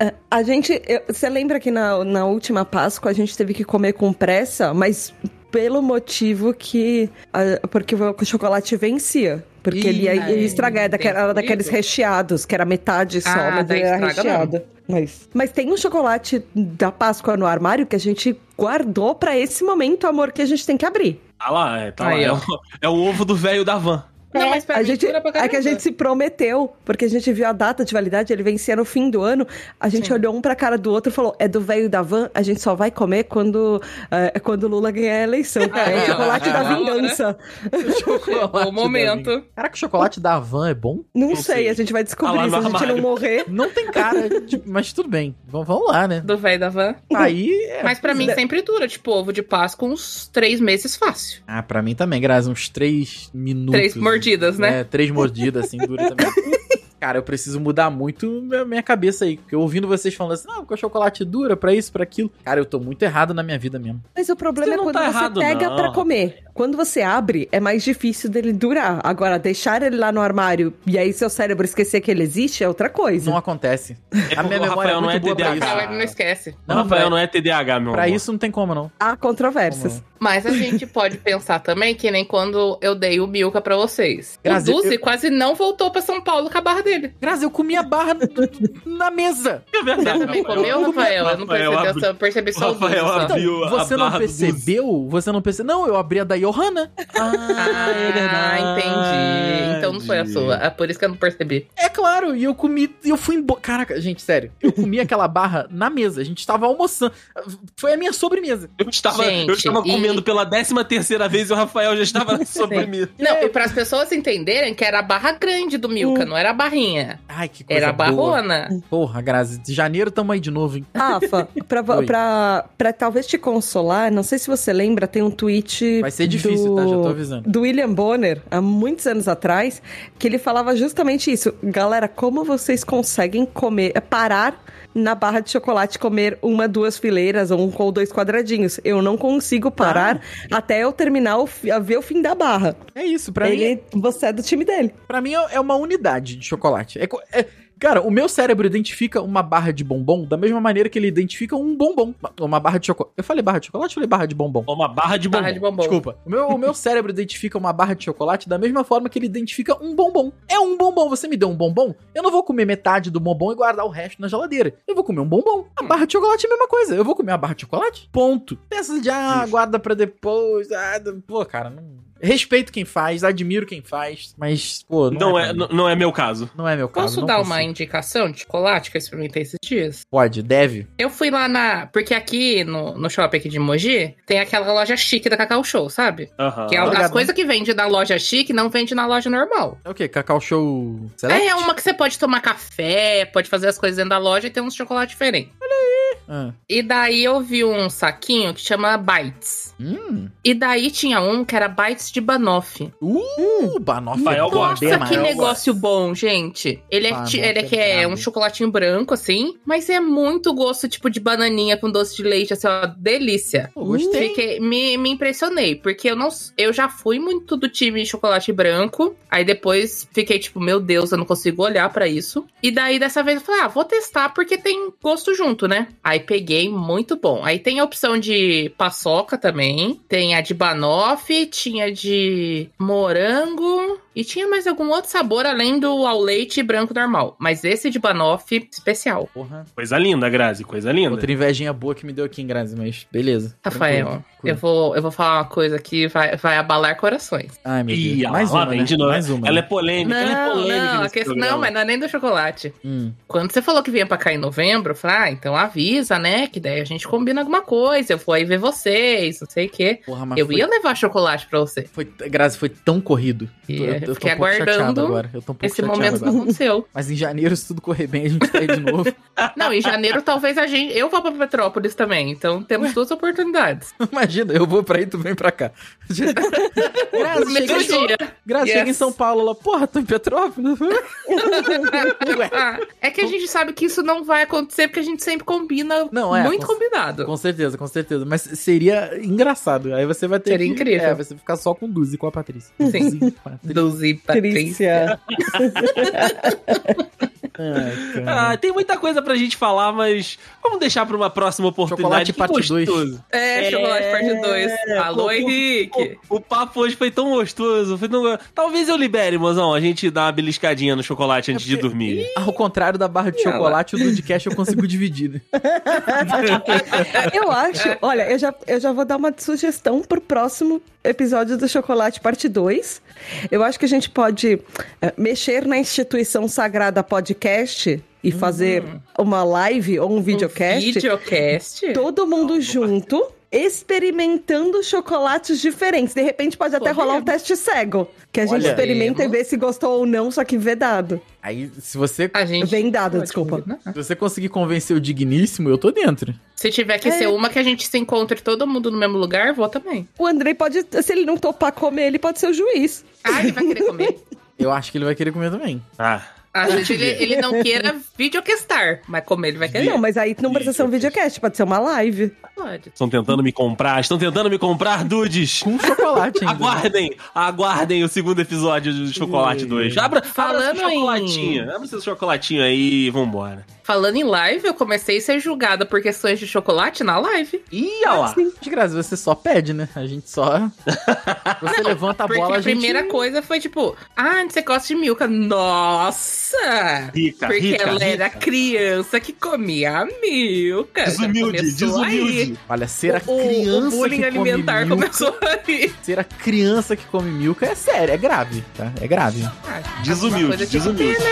[SPEAKER 7] É, A gente. eu- Você lembra que na, na última Páscoa a gente teve que comer com pressa, mas pelo motivo que. a- porque o chocolate vencia. Porque ele ia, ia
[SPEAKER 6] Ih,
[SPEAKER 7] estragar, era daquela- era daqueles
[SPEAKER 6] entendido.
[SPEAKER 7] recheados, que era metade só,
[SPEAKER 6] Ah,
[SPEAKER 7] mas
[SPEAKER 6] daí
[SPEAKER 7] era
[SPEAKER 6] estraga
[SPEAKER 7] recheado. Mas, mas tem um chocolate da Páscoa no armário que a gente guardou pra esse momento, amor, que a gente tem que abrir.
[SPEAKER 5] Tá lá, é, tá lá.
[SPEAKER 6] Aí,
[SPEAKER 5] É
[SPEAKER 6] ó.
[SPEAKER 5] o, é o ovo do velho da van.
[SPEAKER 6] Não, mas pra
[SPEAKER 7] a
[SPEAKER 6] mim
[SPEAKER 7] gente,
[SPEAKER 6] dura pra
[SPEAKER 7] é que a
[SPEAKER 6] caramba.
[SPEAKER 7] gente se prometeu, porque a gente viu a data de validade, ele vencia no fim do ano. A gente olhou um pra cara do outro e falou: é do velho da van, a gente só vai comer quando, é, quando o Lula ganhar a eleição.
[SPEAKER 6] Ah,
[SPEAKER 7] é o
[SPEAKER 6] é,
[SPEAKER 7] chocolate
[SPEAKER 6] é,
[SPEAKER 7] da
[SPEAKER 6] é,
[SPEAKER 7] vingança.
[SPEAKER 4] Chocolate
[SPEAKER 6] O
[SPEAKER 4] da
[SPEAKER 6] momento.
[SPEAKER 4] Van. Caraca, o chocolate da Van é bom?
[SPEAKER 7] Não
[SPEAKER 5] Não
[SPEAKER 7] sei,
[SPEAKER 5] sei.
[SPEAKER 7] a gente vai descobrir
[SPEAKER 5] Tá lá
[SPEAKER 7] se a
[SPEAKER 5] no
[SPEAKER 7] gente não
[SPEAKER 5] armário.
[SPEAKER 7] morrer.
[SPEAKER 4] Não tem cara, tipo, mas tudo bem. Vamos, vamos lá, né?
[SPEAKER 6] Do velho da van.
[SPEAKER 4] Aí. é-
[SPEAKER 6] Mas pra mim sempre dura, tipo, ovo de Páscoa uns três meses fácil.
[SPEAKER 4] Ah, pra mim também, Grazi, uns três minutos.
[SPEAKER 6] Três mordidas, né?
[SPEAKER 4] É, três mordidas, assim, dura também. Cara, eu preciso mudar muito minha- minha cabeça aí. Porque eu ouvindo vocês falando assim, não, porque o chocolate dura pra isso, pra aquilo. Cara, eu tô muito errado na minha vida mesmo.
[SPEAKER 7] Mas o problema
[SPEAKER 5] Você
[SPEAKER 7] é
[SPEAKER 5] não
[SPEAKER 7] quando
[SPEAKER 5] tá
[SPEAKER 7] você
[SPEAKER 5] errado,
[SPEAKER 7] pega
[SPEAKER 5] não.
[SPEAKER 7] pra comer. Quando você abre, é mais difícil dele durar. Agora, deixar ele lá no armário e aí seu cérebro esquecer que ele existe é outra coisa.
[SPEAKER 4] Não acontece.
[SPEAKER 5] É
[SPEAKER 4] A
[SPEAKER 5] porque
[SPEAKER 4] minha
[SPEAKER 5] o
[SPEAKER 4] memória é
[SPEAKER 5] Rafael não
[SPEAKER 4] muito
[SPEAKER 5] é
[SPEAKER 4] boa pra
[SPEAKER 5] TDAH.
[SPEAKER 4] isso.
[SPEAKER 6] Rafael ele não esquece.
[SPEAKER 5] O
[SPEAKER 4] Não,
[SPEAKER 5] Rafael
[SPEAKER 4] pra-
[SPEAKER 5] não é TDAH, meu
[SPEAKER 4] Pra
[SPEAKER 5] amor.
[SPEAKER 4] isso não tem como, não.
[SPEAKER 7] Há controvérsias.
[SPEAKER 4] Como não.
[SPEAKER 6] Mas a gente pode pensar também que nem quando eu dei o Milka pra vocês.
[SPEAKER 4] Grazi,
[SPEAKER 6] o Duzi
[SPEAKER 4] eu-
[SPEAKER 6] quase não voltou pra São Paulo com a barra dele.
[SPEAKER 4] Grazi, eu comi a barra na mesa.
[SPEAKER 5] é
[SPEAKER 6] Você
[SPEAKER 5] verdade.
[SPEAKER 6] também
[SPEAKER 5] Rafael.
[SPEAKER 6] comeu, Rafael? Eu não
[SPEAKER 5] Rafael
[SPEAKER 6] percebi,
[SPEAKER 5] abre-
[SPEAKER 6] atenção, eu percebi só o Duzi.
[SPEAKER 5] Rafael
[SPEAKER 6] só.
[SPEAKER 5] abre-
[SPEAKER 4] Então,
[SPEAKER 5] Abriu a
[SPEAKER 4] você não
[SPEAKER 5] barra do
[SPEAKER 4] percebeu? Você não percebeu? Não, eu abri a da Johanna.
[SPEAKER 6] Ah, entendi. Então não foi a sua. É por isso que eu não percebi.
[SPEAKER 4] É claro, e eu comi, e eu fui embora. Caraca, gente, sério, eu comi aquela barra na mesa, a gente tava almoçando. Foi a minha sobremesa.
[SPEAKER 5] Eu estava,
[SPEAKER 6] Gente,
[SPEAKER 5] eu estava
[SPEAKER 6] e-
[SPEAKER 5] comendo pela décima terceira vez e o Rafael já estava na sobremesa.
[SPEAKER 6] Não, e para as pessoas entenderem que era a barra grande do Milka, não era a barrinha.
[SPEAKER 4] Ai, que coisa
[SPEAKER 6] Era a
[SPEAKER 4] boa. Hum, tá
[SPEAKER 6] barrona.
[SPEAKER 4] Porra, Grazi, de janeiro tamo aí de novo, hein?
[SPEAKER 7] Rafa, pra, vo-
[SPEAKER 4] Oi.
[SPEAKER 7] pra, pra talvez te consolar, não sei se você lembra, tem um tweet.
[SPEAKER 4] Vai ser difícil,
[SPEAKER 7] do-
[SPEAKER 4] tá? Já tô avisando.
[SPEAKER 7] Do William Bonner, há muitos anos atrás, que ele falava justamente isso. Galera, como vocês conseguem comer, parar na barra de chocolate e comer uma, duas fileiras ou um ou dois quadradinhos? Eu não
[SPEAKER 4] Tá.
[SPEAKER 7] consigo parar até eu terminar o fi- a ver o fim da barra.
[SPEAKER 4] É isso, pra mim,
[SPEAKER 7] Ele- você é do time dele.
[SPEAKER 4] pra mim é é uma unidade de chocolate. É co- é- cara, o meu cérebro identifica uma barra de bombom da mesma maneira que ele identifica um bombom. Uma barra de chocolate. Eu falei barra de chocolate, eu falei barra de bombom.
[SPEAKER 5] Uma barra de bombom.
[SPEAKER 6] Barra de bombom.
[SPEAKER 4] Desculpa. O meu, o meu cérebro identifica uma barra de chocolate da mesma forma que ele identifica um bombom. É um bombom. Você me deu um bombom? Eu não vou comer metade do bombom e guardar o resto na geladeira. Eu vou comer um bombom. A barra de chocolate é a mesma coisa. Eu vou comer a barra de chocolate. Ponto. Pensa de, ah, guarda pra depois. Ah, d- pô, cara, não... Respeito quem faz, admiro quem faz, mas, pô, não,
[SPEAKER 5] Não
[SPEAKER 4] é,
[SPEAKER 5] é,
[SPEAKER 4] pra mim.
[SPEAKER 5] não não é meu caso.
[SPEAKER 4] Não é meu caso.
[SPEAKER 6] Posso
[SPEAKER 4] não
[SPEAKER 6] dar
[SPEAKER 4] consigo.
[SPEAKER 6] uma indicação de chocolate que eu experimentei esses dias?
[SPEAKER 4] Pode, deve.
[SPEAKER 6] Eu fui lá na. Porque aqui no, no shopping aqui de Mogi tem aquela loja chique da Cacau Show, sabe?
[SPEAKER 5] Aham.
[SPEAKER 6] Que é
[SPEAKER 4] obrigado.
[SPEAKER 6] as coisas que vende na loja chique não vende na loja normal.
[SPEAKER 4] É o quê? Cacau Show Select?
[SPEAKER 6] É uma que você pode tomar café, pode fazer as coisas dentro da loja e tem uns chocolates diferentes.
[SPEAKER 4] Ah.
[SPEAKER 6] E daí eu vi um saquinho que chama Bites.
[SPEAKER 4] Hum.
[SPEAKER 6] E daí tinha um que era Bites de Banoffee.
[SPEAKER 4] Uh, banofa.
[SPEAKER 5] Rafael
[SPEAKER 4] é bom,
[SPEAKER 5] gosta.
[SPEAKER 4] bem
[SPEAKER 6] Hum. Nossa, que
[SPEAKER 4] amarelo.
[SPEAKER 6] negócio bom, gente. Ele é,
[SPEAKER 4] Banoffee
[SPEAKER 6] ti- ele é que
[SPEAKER 4] é
[SPEAKER 6] é
[SPEAKER 4] brabo.
[SPEAKER 6] um chocolatinho branco, assim, mas é muito gosto, tipo, de bananinha com doce de leite, assim, ó, delícia.
[SPEAKER 4] Pô, gostei.
[SPEAKER 6] Fiquei- me, me impressionei, porque eu não. Eu já fui muito do time chocolate branco. Aí depois fiquei tipo, meu Deus, eu não consigo olhar pra isso. E daí dessa vez eu falei, ah, vou testar porque tem gosto junto, né? Aí peguei, muito bom. Aí tem a opção de paçoca também. Tem a de banoffee, tinha de morango. E tinha mais algum outro sabor além do ao leite branco normal. Mas esse de banoffee especial,
[SPEAKER 4] Porra.
[SPEAKER 5] Coisa linda, Grazi, coisa linda.
[SPEAKER 4] Outra invejinha boa que me deu aqui em Grazi, mas beleza.
[SPEAKER 6] Rafael.
[SPEAKER 4] Tranquilo,
[SPEAKER 6] Eu
[SPEAKER 4] tranquilo.
[SPEAKER 6] vou, eu vou falar uma coisa que vai, vai abalar corações.
[SPEAKER 4] Ai, meu Deus.
[SPEAKER 5] Ih, olha
[SPEAKER 4] mais,
[SPEAKER 5] lá,
[SPEAKER 4] uma,
[SPEAKER 5] vem
[SPEAKER 4] né?
[SPEAKER 5] de novo.
[SPEAKER 4] mais uma.
[SPEAKER 5] Ela é
[SPEAKER 4] né?
[SPEAKER 5] polêmica, ela é
[SPEAKER 6] Não,
[SPEAKER 5] polêmica.
[SPEAKER 6] não, a
[SPEAKER 5] nesse
[SPEAKER 6] questão,
[SPEAKER 5] programa.
[SPEAKER 6] não, mas não é nem do chocolate.
[SPEAKER 4] Hum.
[SPEAKER 6] Quando você falou que vinha pra cá em novembro, eu falei, ah, então avisa, né? Que daí a gente combina alguma coisa, eu vou aí ver vocês, não sei o quê.
[SPEAKER 4] Porra, mas
[SPEAKER 6] eu
[SPEAKER 4] foi,
[SPEAKER 6] ia levar chocolate pra você.
[SPEAKER 4] foi- Grazi, foi tão corrido.
[SPEAKER 6] E
[SPEAKER 4] Eu- eu,
[SPEAKER 6] Eu fiquei
[SPEAKER 4] pouco chateado
[SPEAKER 6] aguardando
[SPEAKER 4] agora. Eu tô um pouco
[SPEAKER 6] esse
[SPEAKER 4] chateado
[SPEAKER 6] momento não
[SPEAKER 4] agora.
[SPEAKER 6] aconteceu.
[SPEAKER 4] Mas em janeiro, se tudo correr bem, a gente tá aí de novo.
[SPEAKER 6] Não, em janeiro talvez a gente. Eu vá pra Petrópolis também. Então temos duas oportunidades.
[SPEAKER 4] Imagina, eu vou pra aí, tu vem pra cá. Grazi,
[SPEAKER 6] No mesmo
[SPEAKER 4] chega, em-
[SPEAKER 6] dia.
[SPEAKER 4] Grazi chega em
[SPEAKER 6] assim. Yes.
[SPEAKER 4] São Paulo, ela, porra, tô em Petrópolis?
[SPEAKER 6] Ah, é que a gente sabe que isso não vai acontecer porque a gente sempre combina
[SPEAKER 4] Não, é,
[SPEAKER 6] muito
[SPEAKER 4] com-
[SPEAKER 6] combinado.
[SPEAKER 4] com certeza, com certeza. Mas seria engraçado. Aí você vai ter
[SPEAKER 6] Seria
[SPEAKER 4] que-
[SPEAKER 6] incrível.
[SPEAKER 4] É, você ficar só com Duzi, com a Patrícia.
[SPEAKER 6] Sim.
[SPEAKER 4] Duzi, Patrícia.
[SPEAKER 6] Duzi, Patrícia.
[SPEAKER 7] Patrícia.
[SPEAKER 4] Ai, cara.
[SPEAKER 5] Ah, tem muita coisa pra gente falar, mas vamos deixar pra uma próxima oportunidade.
[SPEAKER 4] Chocolate parte 2.
[SPEAKER 6] É, Chocolate
[SPEAKER 5] É,
[SPEAKER 6] Parte 2. Alô,
[SPEAKER 5] pô,
[SPEAKER 6] Henrique.
[SPEAKER 5] O, o papo hoje foi tão gostoso. Foi tão... Talvez eu libere, mozão. A gente dá uma beliscadinha no chocolate
[SPEAKER 6] É
[SPEAKER 5] antes de dormir.
[SPEAKER 4] Ao contrário da barra de
[SPEAKER 5] Ih, ela.
[SPEAKER 4] chocolate, o Dudcast eu consigo dividir, né?
[SPEAKER 7] É, Eu acho, olha, eu já, eu já vou dar uma sugestão pro próximo episódio do Chocolate Parte 2. Eu acho que a gente pode eh, mexer na instituição sagrada podcast e fazer uma live ou um videocast.
[SPEAKER 6] Um videocast?
[SPEAKER 7] Todo mundo junto, experimentando chocolates diferentes. De repente pode até
[SPEAKER 6] Podemos.
[SPEAKER 7] rolar um teste cego. Que a gente
[SPEAKER 4] Olha.
[SPEAKER 7] experimenta e
[SPEAKER 6] Podemos.
[SPEAKER 7] vê se gostou ou não, só que vedado.
[SPEAKER 4] Aí, se você,
[SPEAKER 6] A gente.
[SPEAKER 7] Vendado,
[SPEAKER 6] Pode
[SPEAKER 7] desculpa.
[SPEAKER 6] combinar.
[SPEAKER 4] se você conseguir convencer o digníssimo, eu tô dentro.
[SPEAKER 6] Se tiver que
[SPEAKER 7] É.
[SPEAKER 6] ser uma que a gente se encontre todo mundo no mesmo lugar, vou também.
[SPEAKER 7] O Andrei pode, se ele não topar comer, ele pode ser o juiz.
[SPEAKER 6] Ah, ele vai querer comer.
[SPEAKER 4] Eu acho que ele vai querer comer também.
[SPEAKER 5] Ah,
[SPEAKER 6] Às vezes ele, ele não queira videocastar, mas comer ele vai querer.
[SPEAKER 7] É, Não, mas aí não precisa ser um videocast, pode ser uma live.
[SPEAKER 6] Pode.
[SPEAKER 5] estão tentando me comprar. Estão tentando me comprar, dudes.
[SPEAKER 4] Com chocolate
[SPEAKER 6] né?
[SPEAKER 4] ainda.
[SPEAKER 5] Aguardem, aguardem o segundo episódio do Chocolate 2. Abra, abra
[SPEAKER 6] Falando
[SPEAKER 5] seu
[SPEAKER 6] em-
[SPEAKER 5] chocolatinho, abra seu chocolatinho aí e vambora.
[SPEAKER 6] Falando em live, eu comecei a ser julgada por questões de chocolate na live.
[SPEAKER 5] Ih, olha lá.
[SPEAKER 4] De graça, você só pede, né? A gente só. Você levanta a
[SPEAKER 6] Porque
[SPEAKER 4] bola,
[SPEAKER 6] a,
[SPEAKER 4] a gente.
[SPEAKER 6] primeira coisa foi tipo, ah, você gosta de Milka. Nossa!
[SPEAKER 5] Rica,
[SPEAKER 6] Porque
[SPEAKER 5] rica,
[SPEAKER 6] ela é
[SPEAKER 5] rica.
[SPEAKER 6] era criança que comia a Milka. Já
[SPEAKER 5] Desumilde,
[SPEAKER 6] começou aí.
[SPEAKER 5] desumilde.
[SPEAKER 4] Olha, ser a
[SPEAKER 6] O,
[SPEAKER 4] criança.
[SPEAKER 6] o bullying
[SPEAKER 4] que
[SPEAKER 6] alimentar
[SPEAKER 4] come milk,
[SPEAKER 6] começou aí.
[SPEAKER 4] Ser a criança que come milk é sério, é grave, tá? É grave.
[SPEAKER 6] Ah, alguma
[SPEAKER 5] Desumilde,
[SPEAKER 6] coisa tinha que
[SPEAKER 5] desumilde.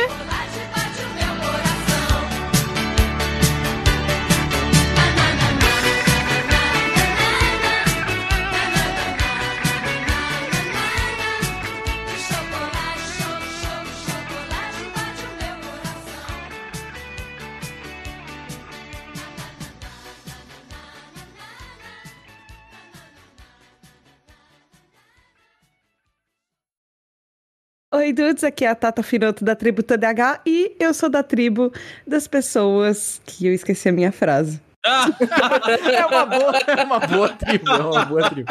[SPEAKER 7] Oi, dudes, aqui é a Tata Firoto da tribo TDH e eu sou da tribo das pessoas que eu esqueci a minha frase.
[SPEAKER 4] É uma boa, é uma boa tribo, é uma boa tribo.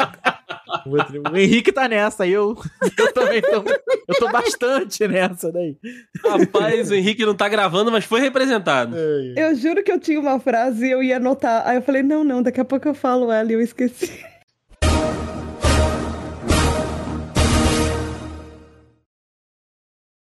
[SPEAKER 4] Uma boa tribo. O Henrique tá nessa, eu, eu também tô. Eu tô bastante nessa daí.
[SPEAKER 5] Rapaz, o Henrique não tá gravando, mas foi representado.
[SPEAKER 7] Eu juro que eu tinha uma frase e eu ia anotar. Aí eu falei, não, não, daqui a pouco eu falo ela e eu esqueci.